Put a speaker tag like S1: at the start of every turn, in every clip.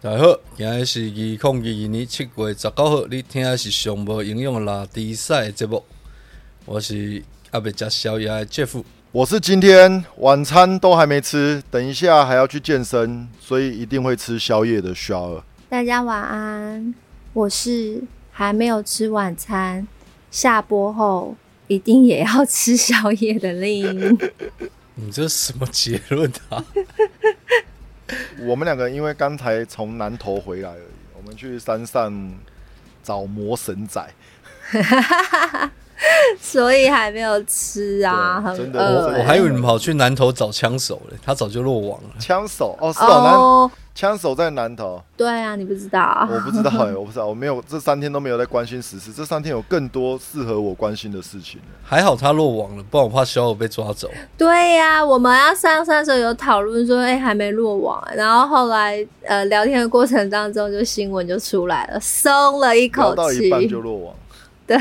S1: 大家好，今日是二零二二年七月十九号，你听的是上无营养的拉低赛的节目，我是阿伯食宵夜的 Jeff。
S2: 我是今天晚餐都还没吃，等一下还要去健身，所以一定会吃宵夜的 s h o
S3: 大家晚安，我是还没有吃晚餐，下播后一定也要吃宵夜的令。
S1: 你这是什么结论啊？
S2: 我们两个因为刚才从南头回来而已，我们去山上找魔神仔，
S3: 所以还没有吃啊，
S2: 对
S3: 很
S2: 真的
S3: 饿、
S2: 对
S1: 我还以为你们跑去南头找枪手嘞，他早就落网了。
S2: 枪手哦是哦南
S3: 哦，
S2: 枪手在南头，
S3: 对啊，你不知道啊，
S2: 我不 知道哎、我不知道，我没有这三天都没有在关心时事，这三天有更多适合我关心的事情。
S1: 还好他落网了，不然我怕小友被抓走。
S3: 对呀、我们要上山的时候有讨论说，哎、还没落网，然后后来呃聊天的过程当中，就新闻就出来了，松了一
S2: 聊
S3: 口
S2: 到一
S3: 气，
S2: 半就落网，
S3: 对，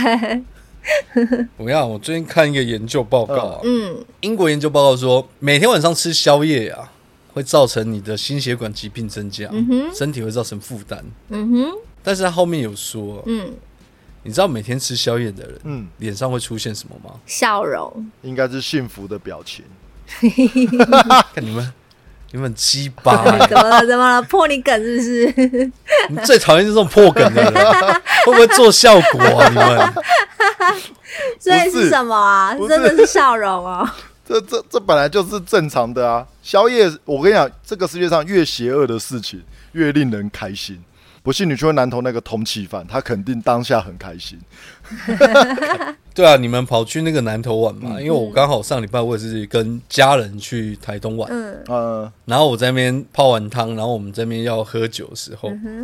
S1: 我跟你讲，我最近看一个研究报告、啊，
S3: 嗯，
S1: 英国研究报告说，每天晚上吃宵夜啊，会造成你的心血管疾病增加，
S3: 嗯哼
S1: 身体会造成负担。
S3: 嗯哼，
S1: 但是他后面有说，
S3: 嗯，
S1: 你知道每天吃宵夜的人
S2: 嗯，
S1: 脸上会出现什么吗？
S3: 笑容，
S2: 应该是幸福的表情。
S1: 看你们，你们很鸡巴、啊
S3: 怎么了？怎么了？破你梗是不是？
S1: 你们最讨厌这种破梗的 人，会不会做效果啊？你们
S3: 所以是什么啊？
S2: 不是
S3: 真的是笑容哦。
S2: 这这这本来就是正常的啊！宵夜，我跟你讲，这个世界上越邪恶的事情越令人开心。不信你去问南投那个通缉犯，他肯定当下很开心。
S1: 对啊，你们跑去那个南头玩嘛？
S3: 嗯
S1: 因为我刚好上礼拜我也是跟家人去台东玩，
S3: 嗯
S2: 呃，
S1: 然后我在那边泡完汤，然后我们这边要喝酒的时候，
S3: 嗯哼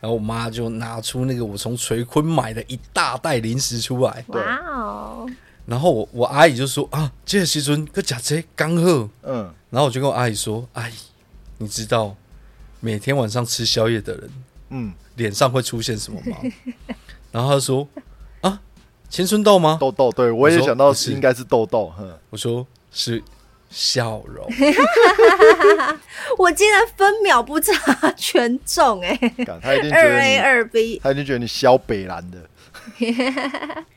S1: 然后我妈就拿出那个我从垂坤买的一大袋零食出来，
S2: 对
S3: 哇哦，
S1: 然后我我阿姨就说啊，这个时阵搁食这刚好。
S2: 嗯，
S1: 然后我就跟我阿姨说：“阿姨，你知道每天晚上吃宵夜的人
S2: 嗯，
S1: 脸上会出现什么吗？” 然后她说：“啊，青春痘吗
S2: 豆豆，对我也
S1: 你说
S2: 想到
S1: 不是
S2: 应该是豆豆，哼，？”
S1: 我说：“是笑 容。
S3: 我竟然分秒不差全中哎、
S2: 干他一定觉
S3: 二
S2: 得
S3: A
S2: 你，
S3: 二 B，
S2: 他一定觉得你小北兰的，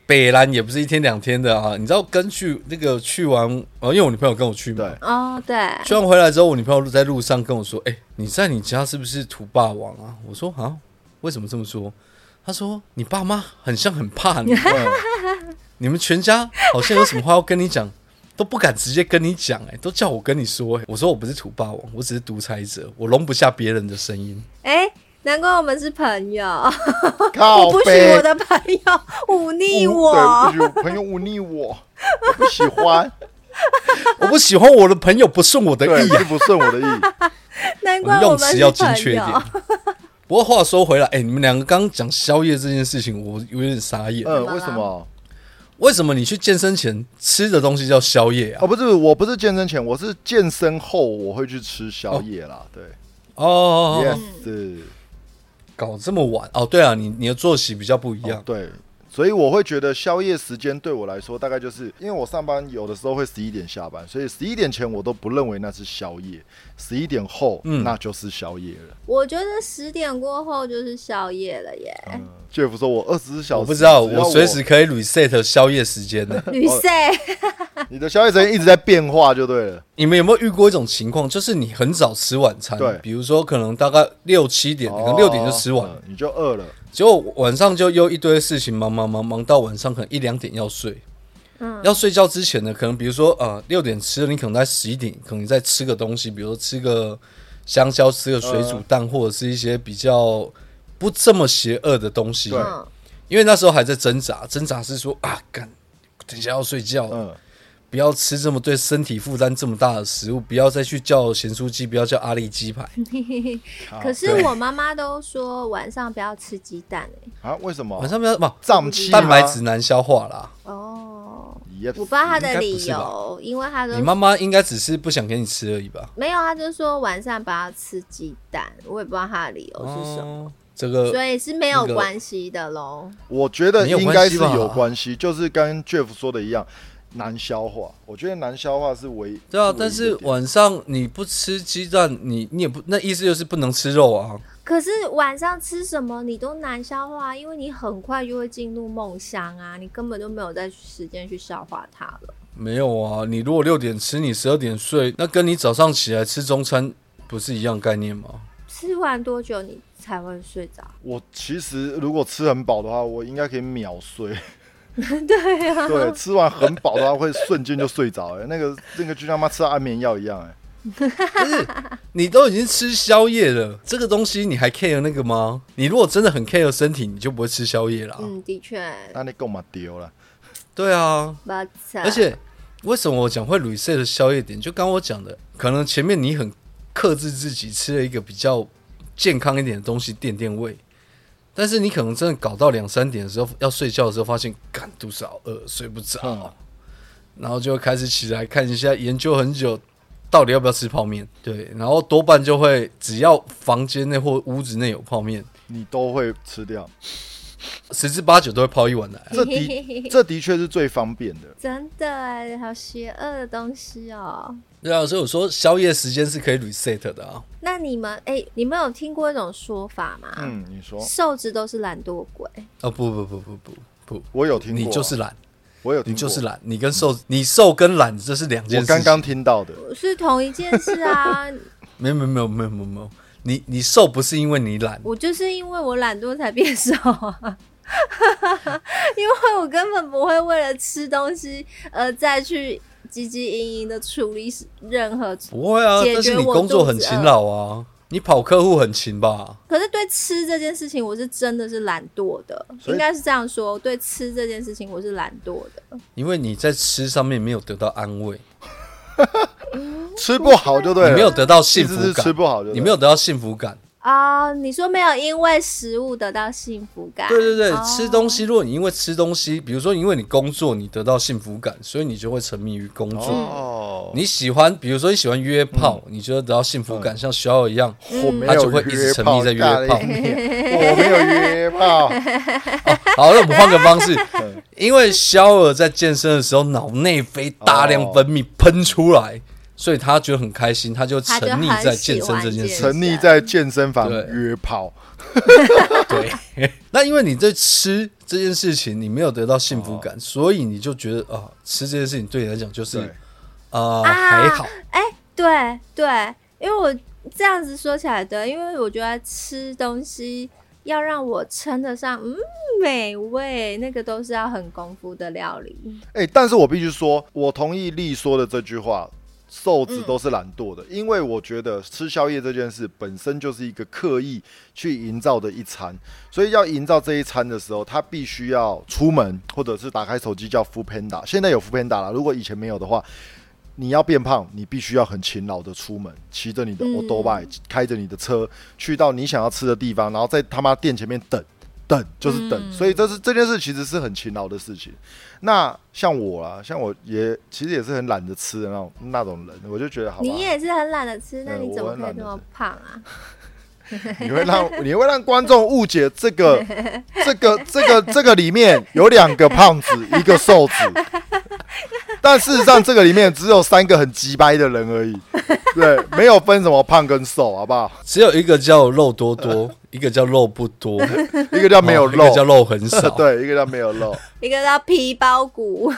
S1: 北兰也不是一天两天的啊，你知道，根据那个去完，呃、因为我女朋友跟我去嘛
S2: 对，
S3: 哦对，
S1: 去完回来之后，我女朋友在路上跟我说：‘哎、你在你家是不是土霸王啊？’我说：‘啊，为什么这么说？’她说：‘你爸妈很像很怕你。’
S2: 嗯，
S1: 你们全家好像有什么话要跟你讲，都不敢直接跟你讲，哎，都叫我跟你说、哎，我说我不是土霸王，我只是独裁者，我容不下别人的声 音。
S3: 哎、难怪我们是朋友，
S2: 靠
S3: 你不许
S2: 北
S3: 我的朋友忤逆
S2: 忤对，，不
S3: 我
S2: 许我朋友忤逆我，我不喜 欢，
S1: 我不喜欢我的朋友不顺我的
S2: 对，
S1: 意啊，
S2: 是不顺我 的意，
S3: 难
S1: 我
S3: 怪
S1: 们
S3: 我
S1: 用
S3: 们
S1: 词要
S3: 是
S1: 精确
S3: 朋
S1: 一 点
S3: 友。。
S1: 不过话说回来，哎、你们两个刚刚讲宵夜这件事情，我有点傻眼。
S2: 嗯，
S3: 么
S2: 为什
S3: 啦
S2: 么？
S1: 为什么你去健身前吃的东西叫宵夜啊
S2: 哦，？不是，我不是健身前，我是健身后我会去吃宵夜啦。对
S1: 哦哦，哦哦
S2: ，yes，是
S1: 搞这么晚哦？对啊，你你的作息比较不一样
S2: 哦，对，所以我会觉得宵夜时间对我来说，大概就是因为我上班有的时候会十一点下班，所以十一点前我都不认为那是宵夜，十一点后、
S1: 嗯
S2: 那就是宵夜了。
S3: 我觉得十点过后就是宵夜了耶
S2: 嗯，Jeff 说，我二十四小时，
S1: 我不知道，
S2: 只要
S1: 我
S2: 我
S1: 随时可以 reset 宵夜时间 的、
S3: 女 C，
S2: 你的宵夜时间一直在变化，就对了。
S1: 你们有没有遇过一种情况，就是你很早吃晚餐，
S2: 对
S1: 比如说可能大概六七点，可能六点就吃完了，
S2: 嗯你就饿了。
S1: 结果晚上就又一堆事情忙忙忙忙到晚上可能一两点要睡，
S3: 嗯
S1: 要睡觉之前呢，可能比如说呃六点吃了，你可能在十一点可能再吃个东西，比如说吃个香蕉，吃个水煮蛋，或者是一些比较不这么邪恶的东西，
S2: 对
S3: 嗯，
S1: 因为那时候还在挣扎，挣扎是说啊干。等一下要睡觉了，
S2: 嗯，
S1: 不要吃这么对身体负担这么大的食物，不要再去叫咸酥鸡，不要叫阿力鸡排。
S2: 哦
S3: 可是我妈妈都说晚上不要吃鸡蛋哎、
S2: 啊，为什么？
S1: 晚上不要嘛，
S2: 胀气吗，
S1: 蛋白质难消化啦。
S3: 哦，
S2: Yes。
S3: 我不知道她
S1: 应
S3: 的
S1: 该不
S3: 理
S1: 是吧
S3: 由，因为她都
S1: 你妈妈应该只是不想给你吃而已吧？
S3: 没有，她就说晚上不要吃鸡蛋，我也不知道她的理由是什么，
S1: 哦，这个
S3: 所以是没有关系的喽。
S2: 我觉得
S1: 没有
S2: 应该是
S1: 关系吧
S2: 有关系，就是跟 Jeff 说的一样，难消化。我觉得难消化是唯
S1: 对啊
S2: 唯一，的
S1: 但是
S2: 点
S1: 晚上你不吃鸡蛋，你你也不那意思就是不能吃肉啊。
S3: 可是晚上吃什么你都难消化，因为你很快就会进入梦乡啊，你根本就没有在时间去消化它了。
S1: 没有啊，你如果六点吃，你十二点睡，那跟你早上起来吃中餐不是一样概念吗？
S3: 吃完多久你才会睡
S1: 哦
S3: 着？
S2: 我其实如果吃很饱的话，我应该可以秒睡。
S3: 对啊，
S2: 对，吃完很饱的话，会瞬间就睡着。哎，那个那个就像他妈吃到安眠药一样。哎，
S1: 你都已经吃宵夜了，这个东西你还 care 那个吗？你如果真的很 care 身体，你就不会吃宵夜啦。
S3: 嗯，的确，
S2: 那你够嘛丢了？
S1: 对啊，
S3: 不要吃
S1: 而且为什么我讲会 reset 的宵夜点？就刚我讲的，可能前面你很克制自己吃了一个比较健康一点的东西垫垫胃，但是你可能真的搞到两三点的时候要睡觉的时候，发现干肚子好饿，睡不着，
S2: 嗯
S1: 然后就开始起来看一下，研究很久。到底要不要吃泡面？对，然后多半就会只要房间内或屋子内有泡面，
S2: 你都会吃掉。
S1: 十之八九都会泡一碗来啊、
S2: 这 的这的确是最方便的。
S3: 真的哎，好邪恶的东西哦。
S1: 对啊，所以我说宵夜时间是可以 reset 的啊。
S3: 那你们哎、你们有听过一种说法吗？
S2: 嗯，你说，
S3: 瘦子都是懒惰鬼，
S1: 哦不不不不不不，
S2: 我有听过，
S1: 你就是懒，
S2: 我有听
S1: 你
S2: 过，
S1: 就是懒，你跟瘦，你瘦跟懒这是两件
S2: 我
S1: 事情。
S2: 刚刚听到的。
S3: 是同一件事啊。
S1: 没有没有没有没有没有没有，你你瘦不是因为你懒，
S3: 我就是因为我懒惰才变瘦 啊，因为我根本不会为了吃东西而再去汲汲营营的处理任何。
S1: 不会啊
S3: 解，决
S1: 但是你
S3: 我
S1: 工作
S3: 肚子
S1: 很勤劳啊，你跑客户很勤吧？
S3: 可是对吃这件事情，我是真的是懒惰的，
S2: 所以
S3: 应该是这样说。对吃这件事情，我是懒惰的。
S1: 因为你在吃上面没有得到安慰，
S2: 吃不好就对了，
S1: 你没有得到
S2: 意
S1: 幸
S2: 思
S1: 福
S2: 是吃
S1: 感，
S2: 不好就对了
S1: 你没有得到幸福感。
S3: 啊、你说没有因为食物得到幸福感？
S1: 对对对，
S3: 哦
S1: 吃东西，如果你因为吃东西，比如说因为你工作，你得到幸福感，所以你就会沉迷于工作。
S3: 嗯
S2: 哦，嗯
S1: 你喜欢，比如说你喜欢约炮，你觉得得到幸福感，像小友一样，
S2: 我没
S1: 他
S2: 有
S1: 就会一直沉迷在约
S2: 约
S1: 炮
S2: 炮干你娘，我没有约 炮，
S1: 好，那我们换个方式，因为肖尔在健身的时候脑内啡大量分泌喷出来，所以他觉得很开心，他就沉溺在健身这件
S3: 他就很喜
S1: 事
S3: 欢。
S2: 沉溺在健身房
S1: 对
S2: 约炮，
S1: 对，那因为你在吃这件事情，你没有得到幸福感，所以你就觉得啊，吃这件事情对你来讲就是
S2: 哦对，
S1: 啊
S3: 啊
S1: 还好，
S3: 哎、对对，因为我这样子说起来的，因为我觉得吃东西要让我称得上嗯美味，那个都是要很功夫的料理。
S2: 哎，但是我必须说，我同意丽说的这句话。瘦子都是懒惰的，因为我觉得吃宵夜这件事本身就是一个刻意去营造的一餐，所以要营造这一餐的时候，他必须要出门，或者是打开手机叫 f o o Panda。现在有 f o o Panda 了，如果以前没有的话，你要变胖，你必须要很勤劳的出门，骑着你的 o d o b i 开着你的车，去到你想要吃的地方，然后在他妈店前面等，等就是等。所以这是这件事其实是很勤劳的事情。那像我啦，像我也其实也是很懒得吃的那种那种人，我就觉得好吧，
S3: 你也是很懒得吃，那
S2: 对
S3: 你怎
S2: 我
S3: 么
S2: 很
S3: 可以
S2: 懒
S3: 这
S2: 得
S3: 么
S2: 吃
S3: 胖啊？
S2: 你会让 你会让观众误解这个这个这个这个里面有两个胖子，一个瘦 子，但事实上这个里面只有三个很鸡掰的人而已， 对，没有分什么胖跟瘦，好不好？
S1: 只有一个叫肉多多， 一个叫肉不多，
S2: 一个叫 没有
S1: 哦一个
S2: 肉，
S1: 叫肉哦很少。
S2: 对，一个叫没有肉，
S3: 一个叫皮包骨，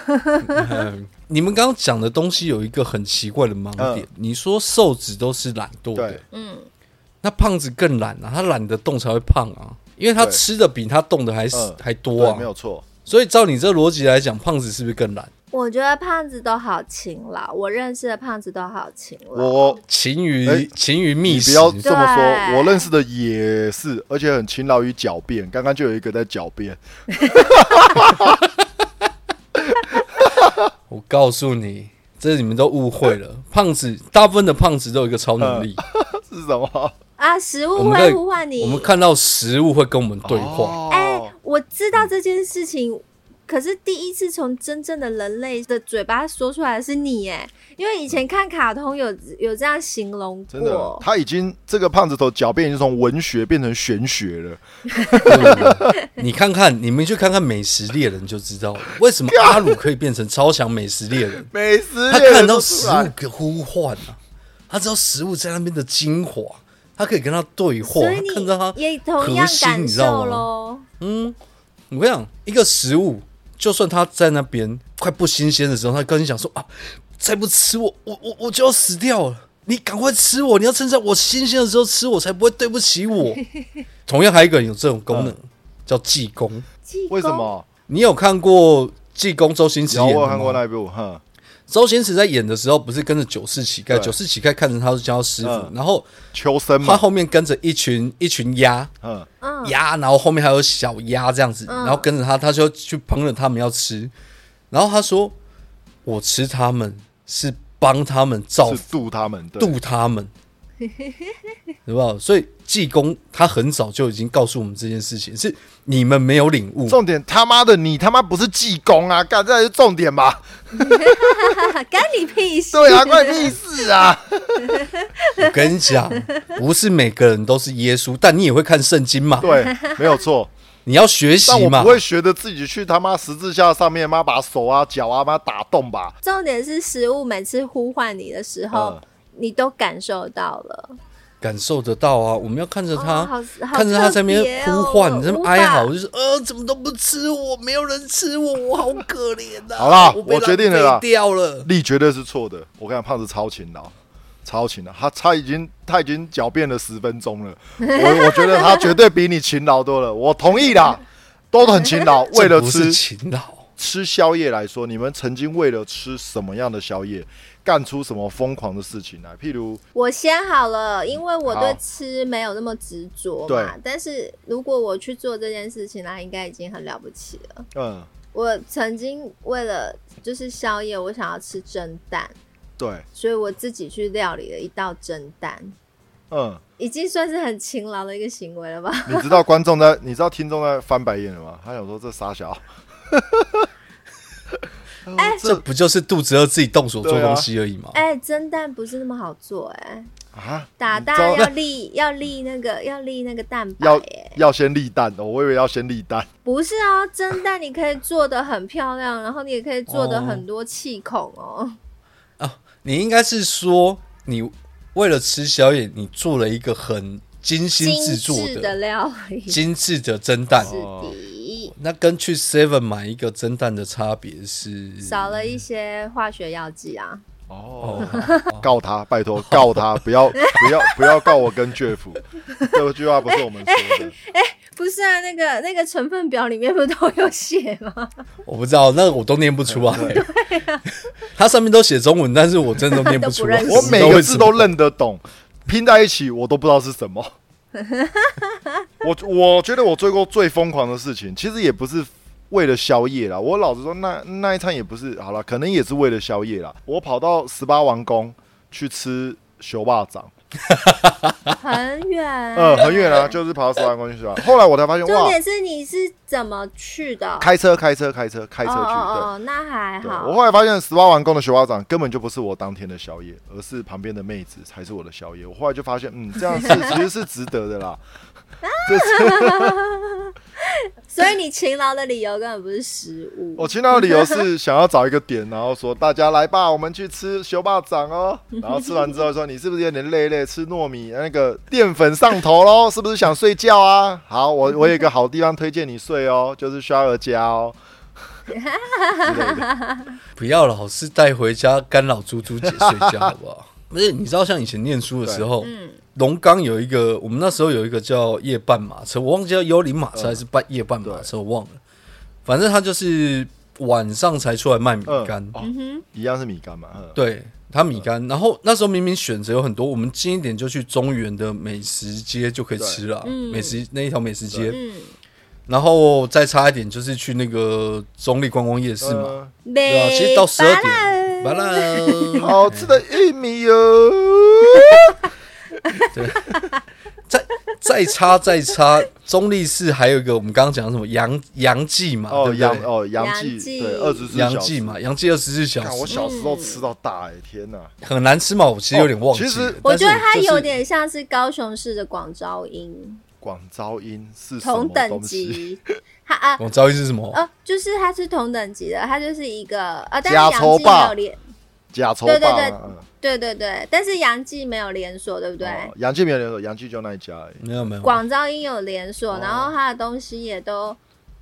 S1: 嗯，你们刚刚讲的东西有一个很奇怪的盲点，
S2: 嗯
S1: 你说瘦子都是懒惰的
S2: 对，，
S3: 嗯，
S1: 那胖子更懒啊，他懒得动才会胖啊，因为他
S2: 对
S1: 吃的比他动的还、
S2: 嗯
S1: 还多
S2: 对，
S1: 啊
S2: 没。有错，
S1: 所以照你这逻辑来讲，胖子是不是更懒？
S3: 我觉得胖子都好勤劳，我认识的胖子都好勤劳。
S2: 我。
S1: 勤于、
S2: 哎
S1: 勤于
S2: 你
S1: 觅
S2: 不
S1: 食，
S2: 要这么
S3: 对
S2: 说，我认识的也是，而且很勤劳于狡辩。刚刚就有一个在狡辩，
S1: 我告诉你，这你们都误会了。胖子大部分的胖子都有一个超能力，
S2: 是什么？
S3: 啊，食
S1: 我
S3: 物
S1: 们
S3: 会
S1: 在
S3: 呼唤你。
S1: 我们看到食物会跟我们对话。
S3: 哎、
S2: 哦
S3: 我知道这件事情，可是第一次从真正的人类的嘴巴说出来的是你哎，因为以前看卡通有有这样形容
S2: 真的
S3: 过，，
S2: 他已经这个胖子头狡辩已经从文学变成玄学了。。
S1: 对不对 你看看，你们去看看《美食猎人》就知道了，为什么阿鲁可以变成超强美食猎人
S2: 美食
S1: 他看到食物的呼唤啊，他知道食物在那边的精华，他他可以跟他对话，
S3: 所以
S1: 他看到他
S3: 你也同样
S1: 核心
S3: 感
S1: 你知道
S3: 受
S1: 吗
S3: 喽。
S1: 嗯，我跟你讲，一个食物，就算它在那边快不新鲜的时候，它跟你讲说啊，再不吃我，我我我就要死掉了。你赶快吃我！你要趁在我新鲜的时候吃我，才不会对不起 我。同样还有一个人有这种功能，
S3: 嗯
S1: 叫济公。
S3: 济公
S2: 为什？么？
S1: 你有看过济公周星驰
S2: 然后
S1: 演
S2: 我有
S1: 的
S2: 看过
S1: 吗？
S2: 那一部，哼，
S1: 周星驰在演的时候，不是跟着九世乞丐，
S2: 对
S1: 九世乞丐看着他就叫他师傅，
S2: 嗯
S1: 然后
S2: 求生
S1: 嗯他
S2: 嘛，
S1: 后面跟着一群一群鸭，
S2: 嗯，
S3: 嗯，
S1: 鸭，然后后面还有小鸭这样子，
S3: 嗯
S1: 然后跟着他，他就去烹饪他们要吃，然后他说：“我吃他们是帮他们造
S2: 是渡他们，对，
S1: 度他 们，对吧？”所以济公他很早就已经告诉我们这件事情，是你们没有领 悟，
S2: 重点他妈的你他妈不是济公啊，干这才是重点吧？
S3: 啊干你屁事！
S2: 对啊，关你屁事啊！
S1: 我跟你讲，不是每个人都是耶稣，但你也会看圣经嘛，
S2: 对，没 有错。
S1: 你要学习
S2: 但我
S1: 嘛
S2: 不。会学着自己去他妈十字架上面妈把手啊脚啊妈打洞吧？
S3: 重点是食物每次呼唤你的时候，
S2: 嗯
S3: 你都感受到了，
S1: 感受得到啊！我们要看着他，
S3: 哦好好
S1: 看着他在那
S3: 特别
S1: 边
S3: 哦
S1: 呼唤，
S3: 我
S1: 在那
S3: 无
S1: 边
S3: 法
S1: 哀嚎，就是呃，怎么都不吃我，没有人吃我，我好可怜呐、
S2: 好啦
S1: 我被
S2: 我决定了啦
S1: 浪费掉了。
S2: 力绝对是错的。我跟你讲，胖子超勤劳，超勤劳。他他已经他已经狡辩了十分钟了，我我觉得他绝对比你勤劳多了。我同意啦，都很勤劳，为
S1: 这
S2: 了
S1: 不是
S2: 吃
S1: 勤劳，
S2: 吃宵夜来说，你们曾经为了吃什么样的宵夜，干出什么疯狂的事情来？譬如
S3: 我先好了，因为我对
S2: 好
S3: 吃没有那么执着嘛
S2: 对。
S3: 但是如果我去做这件事情，那应该已经很了不起了。
S2: 嗯，
S3: 我曾经为了就是宵夜，我想要吃蒸蛋，
S2: 对，
S3: 所以我自己去料理了一道蒸蛋，
S2: 嗯，
S3: 已经算是很勤劳的一个行为了吧？
S2: 你知道观众在，你知道听众在翻白眼了吗？他想说这傻小，哎，
S1: 这不就是肚子饿自己动手做
S2: 对啊
S1: 东西而已吗？
S3: 哎、蒸蛋不是那么好做哎、
S2: 啊，
S3: 打
S2: 你知道
S3: 蛋要立要立那个要立那个蛋白
S2: 要
S3: 哎、
S2: 要先立蛋，哦我以为要先立蛋，
S3: 不是啊，蒸蛋你可以做的很漂亮，然后你也可以做
S2: 哦
S3: 的很多气孔哦。
S1: 啊，你应该是说你为了吃宵夜，你做了一个很精心
S3: 精
S1: 制作
S3: 致的料理，是
S1: 精致的蒸蛋。
S2: 哦
S3: 的，
S1: 那跟去 Seven 买一个蒸蛋的差别是
S3: 少了一些化学药剂啊。
S2: 哦，告他，拜托告他，不要不要不要告我跟 Jeff，这句话不是我们说 的，
S3: 不是啊，那个那个成分表里面不都有写 吗？
S1: 我不知道，那我都念不 出来。 它上面都写中文，但是我真的都念出来。
S3: 都不
S2: 啊 我
S3: 认识
S2: 每个字都认得懂，拼在一起我都不知道是什么。 我我觉得我做过最疯狂的事情，其实也不是为了宵夜啦。我老实说那，那一餐也不是好了，可能也是为了宵夜啦。我跑到十八王宫去吃熊霸掌，
S3: 很远。
S2: 呃，很远啊，就是跑到十八王宫去吃吧。后来我才发现，
S3: 重
S2: 哇，
S3: 嗯点是你是怎么去的？
S2: 开车开车开车开车
S3: 哦
S2: 去，对
S3: 哦哦，那还
S2: 对，
S3: 好。
S2: 我后来发现十八王宫的雪花掌根本就不是我当天的宵夜，而是旁边的妹子才是我的宵夜。我后来就发现，嗯，这样是其实是值得的啦。
S3: 所以你勤劳的理由根本不是食物。
S2: 我勤劳的理由是想要找一个点，然后说大家来吧，我们去吃雪霸掌哦。然后吃完之后说你是不是有点累累，吃糯米那个淀粉上头喽，是不是想睡觉啊？好，我我有一个好地方推荐你睡哦，就是刷儿家哦。之类的
S1: 不要老是带回家干扰猪猪姐睡觉，好不好？ 不是，你知道像以前念书的时候，龙岗有一个，我们那时候有一个叫夜半马车，我忘记叫幽灵马车还是半夜半马车，我忘了。反正他就是晚上才出来卖米
S2: 嗯
S1: 干，
S2: 哦，一样是米干嘛？嗯，
S1: 对他米干。然后那时候明明选择有很多，我们近一点就去中原的美食街就可以吃了啊，
S3: 嗯
S1: 美食那一条美食街，
S3: 嗯，
S1: 然后再差一点就是去那个中立观光夜市嘛。
S2: 呃
S1: 对啊，
S3: 没
S1: 其实到十二
S3: 办法
S1: 点，哦完了，
S2: 好吃的玉米哟、
S1: 再 再差再差，中立市还有一个我们刚刚讲的什么杨杨记嘛，
S2: 哦，
S1: 啊对不
S2: 杨
S1: 对？
S2: 哦杨
S3: 杨
S2: 记
S3: 记
S2: 对，二十四
S1: 杨
S2: 小
S1: 记
S2: 时。
S1: 嘛，杨记二十四小
S2: 看我
S1: 时
S2: 小时候吃到大哎、天哪！
S1: 很难吃嘛，我其实有点忘记了。
S2: 哦其实
S3: 我觉得
S1: 但
S3: 它
S1: 是
S3: 有
S1: 就是
S3: 点像是高雄市的广招音，
S2: 广招音是什么
S3: 同等
S2: 东西
S3: 级。它啊
S1: 广
S2: 哦
S1: 招一是什么？
S3: 呃，就是它是同等级的，它就是一个啊，但是
S2: 加
S3: 杨
S2: 抽
S3: 记没
S2: 霸
S3: 有连，
S2: 假愁
S3: 对对
S2: 霸
S3: 对
S2: 嘛，嗯
S3: 对对对，但是杨记没有连锁，对不对？
S2: 哦洋气没有连锁，洋气就那一家而已。
S1: 没有没有，
S3: 广招英有连锁，
S2: 哦
S3: 然后它的东西也都。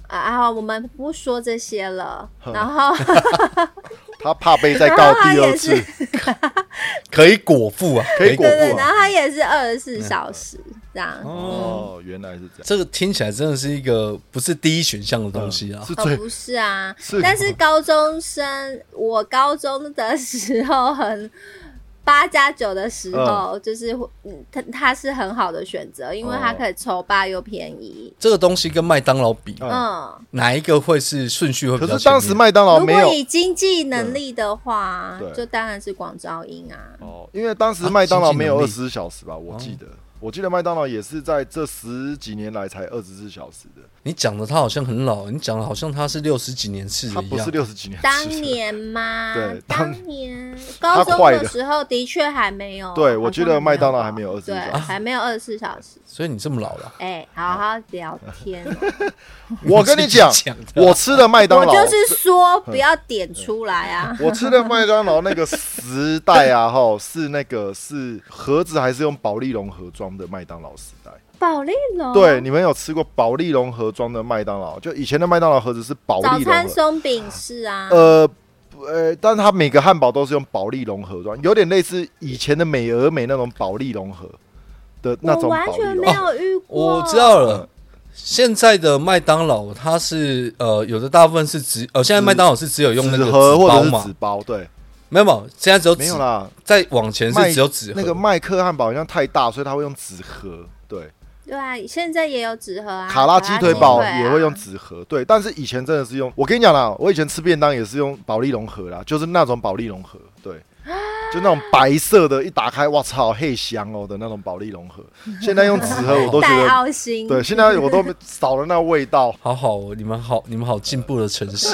S3: 啊啊！我们不说这些了。然后
S2: 他怕被再告第二次
S3: 然后他也，
S1: 可以果腹啊，
S2: 可以果
S3: 对对，
S2: 腹
S3: 然
S2: 啊。
S3: 后它也是二十四小时这样，
S1: 嗯
S2: 哦，原来是这样。
S1: 这个听起来真的是一个不是第一选项的东西啊。
S2: 嗯是
S3: 哦，
S2: 最
S3: 不是啊，
S2: 是
S3: 但是高中生，我高中的时候很八加九的时候，就是嗯它它是很好的选择，因为它
S2: 哦
S3: 可以筹吧又便宜。
S1: 这个东西跟麦当劳比，
S2: 嗯
S3: 嗯，
S1: 哪一个会是顺序会比
S2: 可
S1: 较前面？
S2: 是当时麦当劳
S3: 如
S2: 没
S3: 果
S2: 有
S3: 以经济能力的
S2: 哦
S3: 话
S2: 对，对
S3: 就当然是广招英啊。
S2: 哦，因为当时麦当劳没有
S1: 啊
S2: 二
S1: 经
S2: 十四小时吧，我记得，
S1: 哦
S2: 我记得麦当劳也是在这十几年来才二十四小时的，
S1: 你讲的他好像很老，你讲的好像他是六十几年次的
S2: 它
S1: 一
S2: 不
S1: 样
S2: 是。六十几年，
S3: 当。年吗？
S2: 对当
S3: 当年高中
S2: 快的
S3: 的时候的确还没有。
S2: 对我记得
S3: 好像
S2: 麦当劳还没有24
S3: 对，
S2: 小时
S3: 还没有二十四小时。
S1: 所以你这么老了，
S3: 哎，好好聊天哦。
S2: 我跟你讲
S1: 你自己讲，的
S2: 我吃的麦当
S3: 我
S2: 劳，
S3: 就是说不要点出来啊。
S2: 我吃的麦当劳那个时代啊，哈，是那个是盒子还是用保利龙盒装的麦当劳时代？
S3: 保利龙，
S2: 对，，你们有吃过保利龙盒装的麦当劳？就以前的麦当劳盒子是保
S3: 早
S2: 利龙
S3: 餐
S2: 盒，
S3: 松饼是啊，
S2: 呃。呃，但它每个汉堡都是用保利龙盒装，有点类似以前的美而美那种保利龙盒的那
S3: 我
S2: 种
S3: 完
S2: 保利
S3: 全
S2: 龙
S3: 没。有遇过。
S1: 我知道了。现在的麦当劳，它是呃有的大部分是只呃，现在麦当劳是只有用那个
S2: 纸盒
S1: 纸
S2: 或
S1: 包
S2: 者是
S1: 嘛
S2: 纸，包，对，
S1: 没有，没有，现在只有纸
S2: 没有，啦。
S1: 再往前
S2: 麦
S1: 是只有纸盒。
S2: 那个麦克汉堡好像太大，所以他会用纸盒。对，
S3: 对啊，现在也有纸盒啊，
S2: 卡拉鸡腿堡
S3: 卡拉鸡腿啊
S2: 也会用纸盒。对，但是以前真的是用，我跟你讲啦，我以前吃便当也是用保利龙盒啦，就是那种保利龙盒， 对，就那种白色的，一打开，哇操，嘿香哦的那种保利龙盒。现在用纸盒我都觉
S3: 带
S2: 得，
S3: 凹心，
S2: 对，现在我都少了那味 道。
S1: 好好哦，你们好，你们好进步的城市，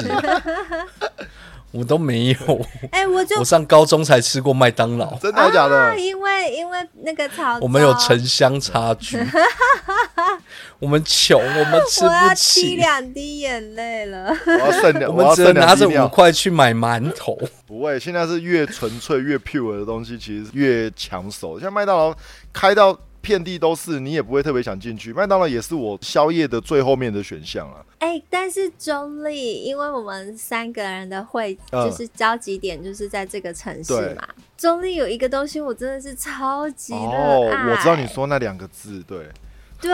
S1: 我都没有。
S3: 哎、我就
S1: 我上高中才吃过麦当劳，
S2: 真的还假
S3: 啊，
S2: 的？
S3: 因为因为那个草，
S1: 我们有城乡差距，我们穷，我们吃
S3: 我要
S1: 不
S3: 滴
S1: 起，
S3: 两滴眼泪了。
S2: 我要剩 两，
S1: 我
S2: 要
S1: 们只
S2: 剩
S1: 能拿
S2: 两滴
S1: 着五
S2: 尿。
S1: 块去买馒头。
S2: 不会，现在是越纯粹、越 pure 的东西，其实越抢手。像麦当劳开到遍地都是，你也不会特别想进去。麦当劳也是我宵夜的最后面的选项了。
S3: 哎、但是中立，因为我们三个人的会
S2: 嗯
S3: 就是交集点就是在这个城市
S2: 对
S3: 嘛。中立有一个东西，我真的是超级热爱。
S2: 哦，我知道你说那两个字，对
S3: 对，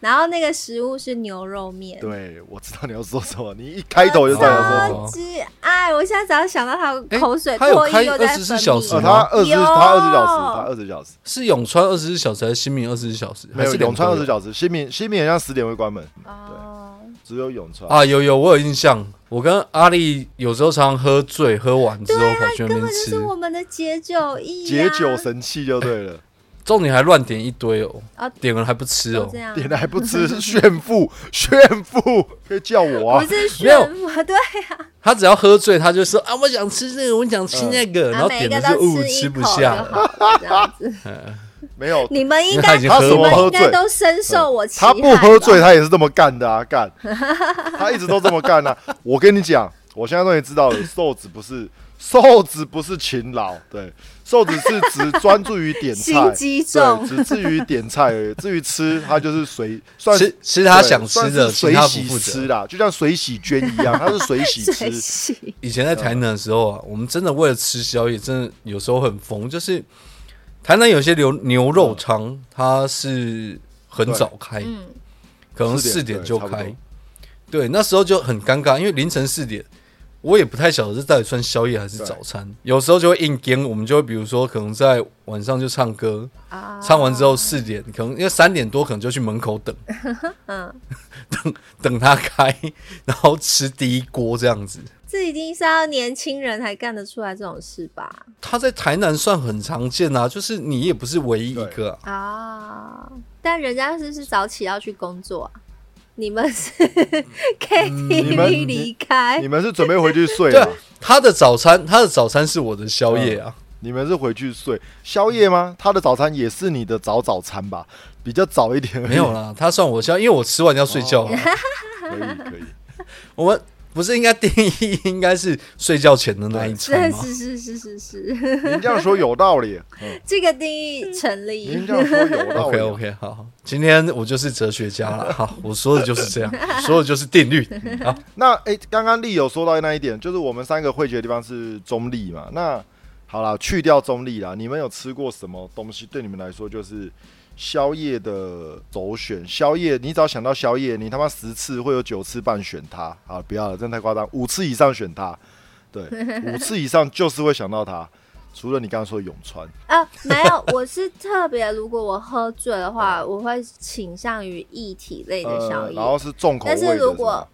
S3: 然后那个食物是牛肉面，
S2: 对，我知道你要说什么。你一开头就知道你要说什么。
S3: 超级爱！我现在只要想到它，
S1: 哎
S3: 口水
S1: 它有
S3: 唾
S1: 开
S3: 液又在分
S1: 24小时
S2: 呃，
S1: 吗
S3: 泌。
S2: 他二十，
S3: 有啊
S2: 他二十小时，他二十小时，
S1: 是永川二十四小时还是新民二十四小时？
S2: 没有
S1: 还是
S2: 永川二十
S1: 时
S2: 小时。新民新民好像十点会关门，
S3: 哦，
S2: 只有永川。
S1: 啊？有有，我有印象。我跟阿丽有时候常常喝醉，喝完之后跑去那
S3: 啊根
S1: 边
S3: 本就
S1: 吃
S3: 是，我们的解酒意、啊，
S2: 解酒神器就对了，
S1: 重点还乱点一堆哦
S3: 啊，
S1: 点了还不吃
S3: 都
S1: 哦
S3: 这。样，
S2: 点了还不吃，是炫富，炫富，可以叫我 啊
S3: 不。是
S1: 没有
S3: 炫富，对啊，
S1: 他只要喝醉，他就说啊，我想吃这个，我想吃那个，然后
S3: 啊每
S1: 点的
S3: 个
S1: 是
S3: 都
S1: 哦，
S3: 吃
S1: 吃
S3: 一
S1: 不
S3: 口就
S1: 下。
S3: 好了，这样子。
S2: 没有，
S3: 你们应
S1: 因为他
S3: 该，
S1: 已
S3: 你
S1: 经
S2: 他什
S1: 喝
S2: 么
S1: 完
S2: 喝
S3: 们应
S2: 醉嗯
S3: 该？都深受我其
S2: 他
S3: 害。
S2: 不喝醉，，他也是这么干的 啊，干，他一直都这么干啊。我跟你讲，我现在终于知道了，瘦子不是瘦子不是勤劳，对，瘦子是只专注于点菜，
S3: 心机重
S2: 对，只至于点菜而已，至于吃他就是随算
S1: 吃吃他
S2: 对
S1: 想吃
S2: 算
S1: 的，
S2: 是
S1: 其
S2: 水
S1: 他不
S2: 洗
S1: 负
S2: 吃
S1: 责。
S2: 啦，就像水洗捐一 样，他是水洗
S3: 水
S2: 吃，
S3: 洗
S1: 以前在台南的时候啊，
S2: 嗯
S1: 我们真的为了吃宵夜，真的有时候很疯。就是台南有些牛牛肉汤，
S2: 嗯
S1: 它是很早开，
S3: 嗯
S1: 可能
S2: 四
S1: 四
S2: 点
S1: 点就
S2: 对差不
S1: 开
S2: 多。
S1: 对，那时候就很尴尬，因为凌晨四点，我也不太晓得这到底算宵夜还是早餐。有时候就会硬跟，我们就会比如说可能在晚上就唱歌，
S3: 啊，
S1: 唱完之后四点，可能因为三点多可能就去门口 等，
S3: 嗯，
S1: 等等他开，然后吃第一锅这样子。
S3: 这一定是要年轻人才干得出来这种事吧？
S1: 他在台南算很常见啊，就是你也不是唯一一个、啊。
S3: 啊，但人家是是早起要去工作、啊，你们是
S2: 嗯 你们
S3: KTV 离开
S2: 你，们是准备回去睡
S1: 对
S2: 了
S1: 啊。，他的早餐，他的早餐是我的宵夜啊。
S2: 你们是回去睡宵夜吗？他的早餐也是你的早早餐吧，比较早一点而已。
S1: 没有啦，他算我宵，因为我吃完要睡觉、啊。
S2: 可以可以。
S1: 我们不是应该定义应该是睡觉前的那一餐
S3: 是
S1: 吗？
S3: 是是是是是，
S2: 您这样说有道 理，嗯，
S3: 这个定义成
S2: 您
S3: 立
S2: 这。样说有道
S1: OK
S2: 理。
S1: OK，好，好今天我就是哲学家了，好，我说的就是这样，我说的就是定律，好，
S2: 那诶，刚刚丽有说到那一点，就是我们三个汇集的地方是中立嘛。那好啦，去掉中立啦，你们有吃过什么东西对你们来说就是宵夜的首选？宵夜，你只要想到宵夜，你他妈十次会有九次半选它。啊，不要了，真的太夸张，五次以上选它。 对，五次以上就是会想到它。除了你刚刚说的永川，
S3: 啊，没有，我是特别，如果我喝醉的 话，我会倾向于液体类的宵
S2: 嗯呃，
S3: 夜。
S2: 然后是重口味
S3: 但
S2: 的
S3: 是
S2: 什么，
S3: 如果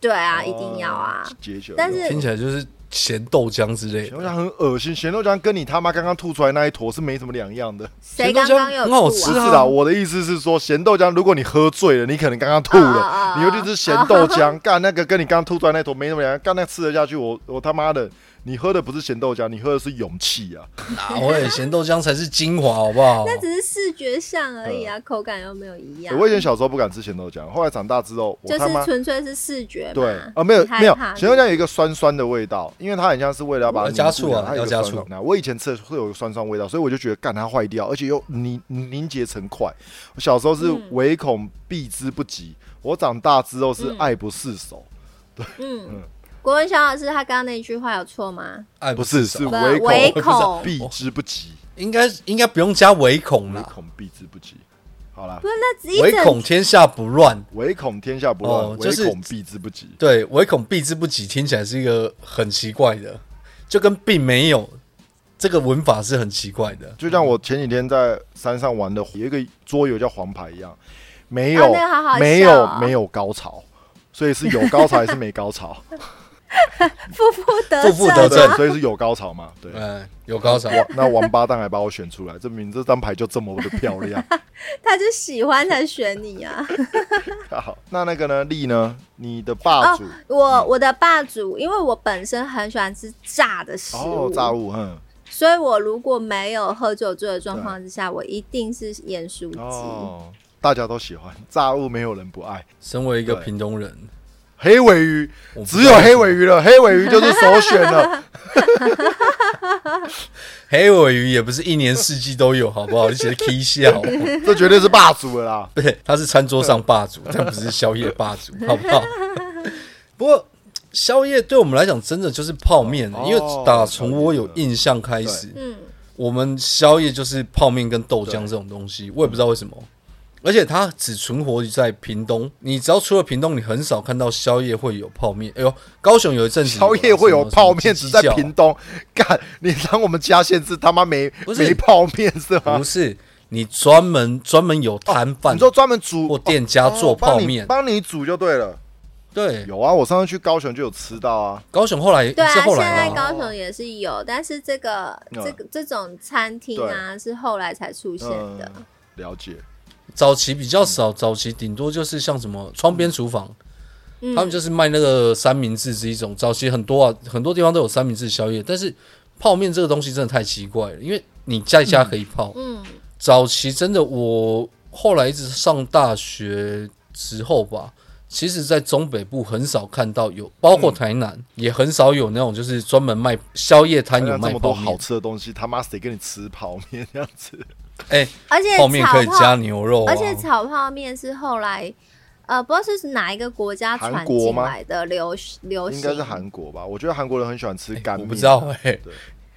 S3: 对啊，
S2: 哦
S3: 一定要啊。
S2: 解酒，
S3: 但是
S1: 听起来就是咸豆浆之类
S2: 咸
S1: 的
S2: 豆。浆很恶心，咸豆浆跟你他妈刚刚吐出来那一坨是没什么两样的。
S3: 谁刚刚有
S1: 咸豆浆很好
S3: 吐
S1: 吃
S2: 不是
S3: 啊？
S1: 啊
S2: 啦，我的意思是说，咸豆浆，如果你喝醉了，你可能刚刚吐
S3: 啊啊啊
S2: 了，
S3: 啊
S2: 你又去吃咸豆 浆，干那个跟你刚吐出来那坨没什么两样，干那吃得下去，我我他妈的，你喝的不是咸豆浆，你喝的是勇气啊！
S1: 哪位咸豆浆才是精华，好不好？
S3: 那只是视觉上而已啊，口感又没有一样。
S2: 嗯我以前小时候不敢吃咸豆浆，后来长大之后，我
S3: 就
S2: 他妈
S3: 是纯粹是视觉嘛。
S2: 对啊，没有
S3: 你害
S2: 没有
S3: 怕，
S2: 咸豆浆有一个酸酸的味道，因为它很像是为了要把它
S1: 要加
S2: 凝固
S1: 醋啊
S2: 它有
S1: 要
S2: 一个
S1: 加
S2: 酸
S1: 醋
S2: 那我以前吃的会有酸酸味道，所以我就觉得干它坏掉，而且又凝凝结成块。我小时候
S3: 嗯
S2: 是唯恐避之不及，我长大之后是爱不释手，
S3: 嗯，国文小老师他刚刚那一句话有错吗？
S1: 爱
S2: 不是是
S1: 少
S3: 不
S2: 唯
S3: 唯
S2: 恐
S3: 恐
S2: 避之不及，
S1: 应该应该不用加唯恐
S2: 唯
S1: 啦，
S2: 恐避之不及。好啦
S3: 不，是，那只一
S1: 唯恐
S3: 整
S1: 天下不乱。
S2: 唯恐天下不
S1: 哦
S2: 乱，
S1: 就
S2: 唯
S1: 是
S2: 恐避之不及。
S1: 对，唯恐避之不及，听起来是一个很奇怪的，就跟并没有这个文法是很奇怪的。
S2: 就像我前几天在山上玩的有一个桌游叫黄牌一样，没
S3: 哦
S2: 有、
S3: 那个好好
S2: 没
S3: 笑
S2: 有
S3: 哦
S2: 没有高潮，所以是有高潮还是没高 潮？
S3: 负负得
S1: 负负得
S3: 正
S1: 正
S2: 对，所以是有高潮嘛？对。
S1: 嗯，有高潮，
S2: 哇，那王八蛋还把我选出来，证明这张牌就这么的漂 亮。
S3: 他就喜欢才选你啊！
S2: 好，那那个呢？力呢？你的 霸主
S3: 哦
S2: 嗯
S3: 我我的霸主，因为我本身很喜欢吃炸的食
S2: 哦
S3: 物，，
S2: 炸物，嗯，
S3: 所以我如果没有喝酒醉的状况之下，我一定是盐酥鸡。
S2: 哦，大家都喜欢炸物，没有人不爱。
S1: 身为一个
S2: 对
S1: 屏东人，
S2: 黑尾鱼
S1: 我不知道
S2: 只有黑尾鱼了，黑尾鱼就是首选了。
S1: 黑尾鱼也不是一年四季都有，好不好？你写的 K 笑，好不好
S2: 这绝对是霸主了啦。
S1: 对，他是餐桌上霸主，但不是宵夜霸主，好不 好？不过宵夜对我们来讲，真的就是泡面，
S2: 哦
S1: 因为打从我有印象开始，
S3: 嗯，
S1: 我们宵夜就是泡面跟豆浆这种东西，我也不知道为什么。而且它只存活于在屏东，你只要出了屏东，你很少看到宵夜会有泡面。哎呦，高雄有一阵子
S2: 宵夜会有泡面，只在
S1: 屏。
S2: 屏东。 干，你当我们嘉县市他妈没
S1: 不是
S2: 没泡面是吗
S1: 不？是，你专门专门有摊贩
S2: 哦你说专门煮哦
S1: 或店家做泡面。
S2: 帮你帮你煮就对了。
S1: 对，
S2: 有啊，我上次去高雄就有吃到啊。
S1: 高雄后来
S3: 对啊，
S1: 是后
S3: 现
S1: 来
S3: 在
S1: 吗？
S3: 高雄也是有，但是这个
S2: 嗯
S3: 这个这种餐厅啊，是后来才出现
S2: 嗯
S3: 的。，
S2: 了解。
S1: 早期比较少，早期顶多就是像什么窗边厨房，
S3: 嗯
S1: 他们就是卖那个三明治这一种。早期很多啊，很多地方都有三明治宵夜，但是泡面这个东西真的太奇怪了，因为你在家可以泡。
S3: 嗯，
S1: 早期真的我后来一直上大学之后吧，其实，在中北部很少看到有，包括台
S3: 嗯
S1: 南、也很少有那种就是专门卖宵夜摊
S2: 台
S1: 有
S2: 哎南这
S1: 卖
S2: 么
S1: 泡
S2: 多好
S1: 面。
S2: 吃的东西，他妈谁跟你吃泡面这样子？
S1: 哎、
S3: 而且
S1: 泡面
S3: 炒
S1: 可以
S3: 泡
S1: 加牛肉、啊，
S3: 而且炒泡面是后来，呃，不知道是哪一个国家
S2: 韩
S3: 传
S2: 国
S3: 进
S2: 吗
S3: 来的流流行，
S2: 应该是韩国吧？我觉得韩国人很喜欢吃干
S1: 我
S2: 面。
S1: 不知道啊哎、
S2: 对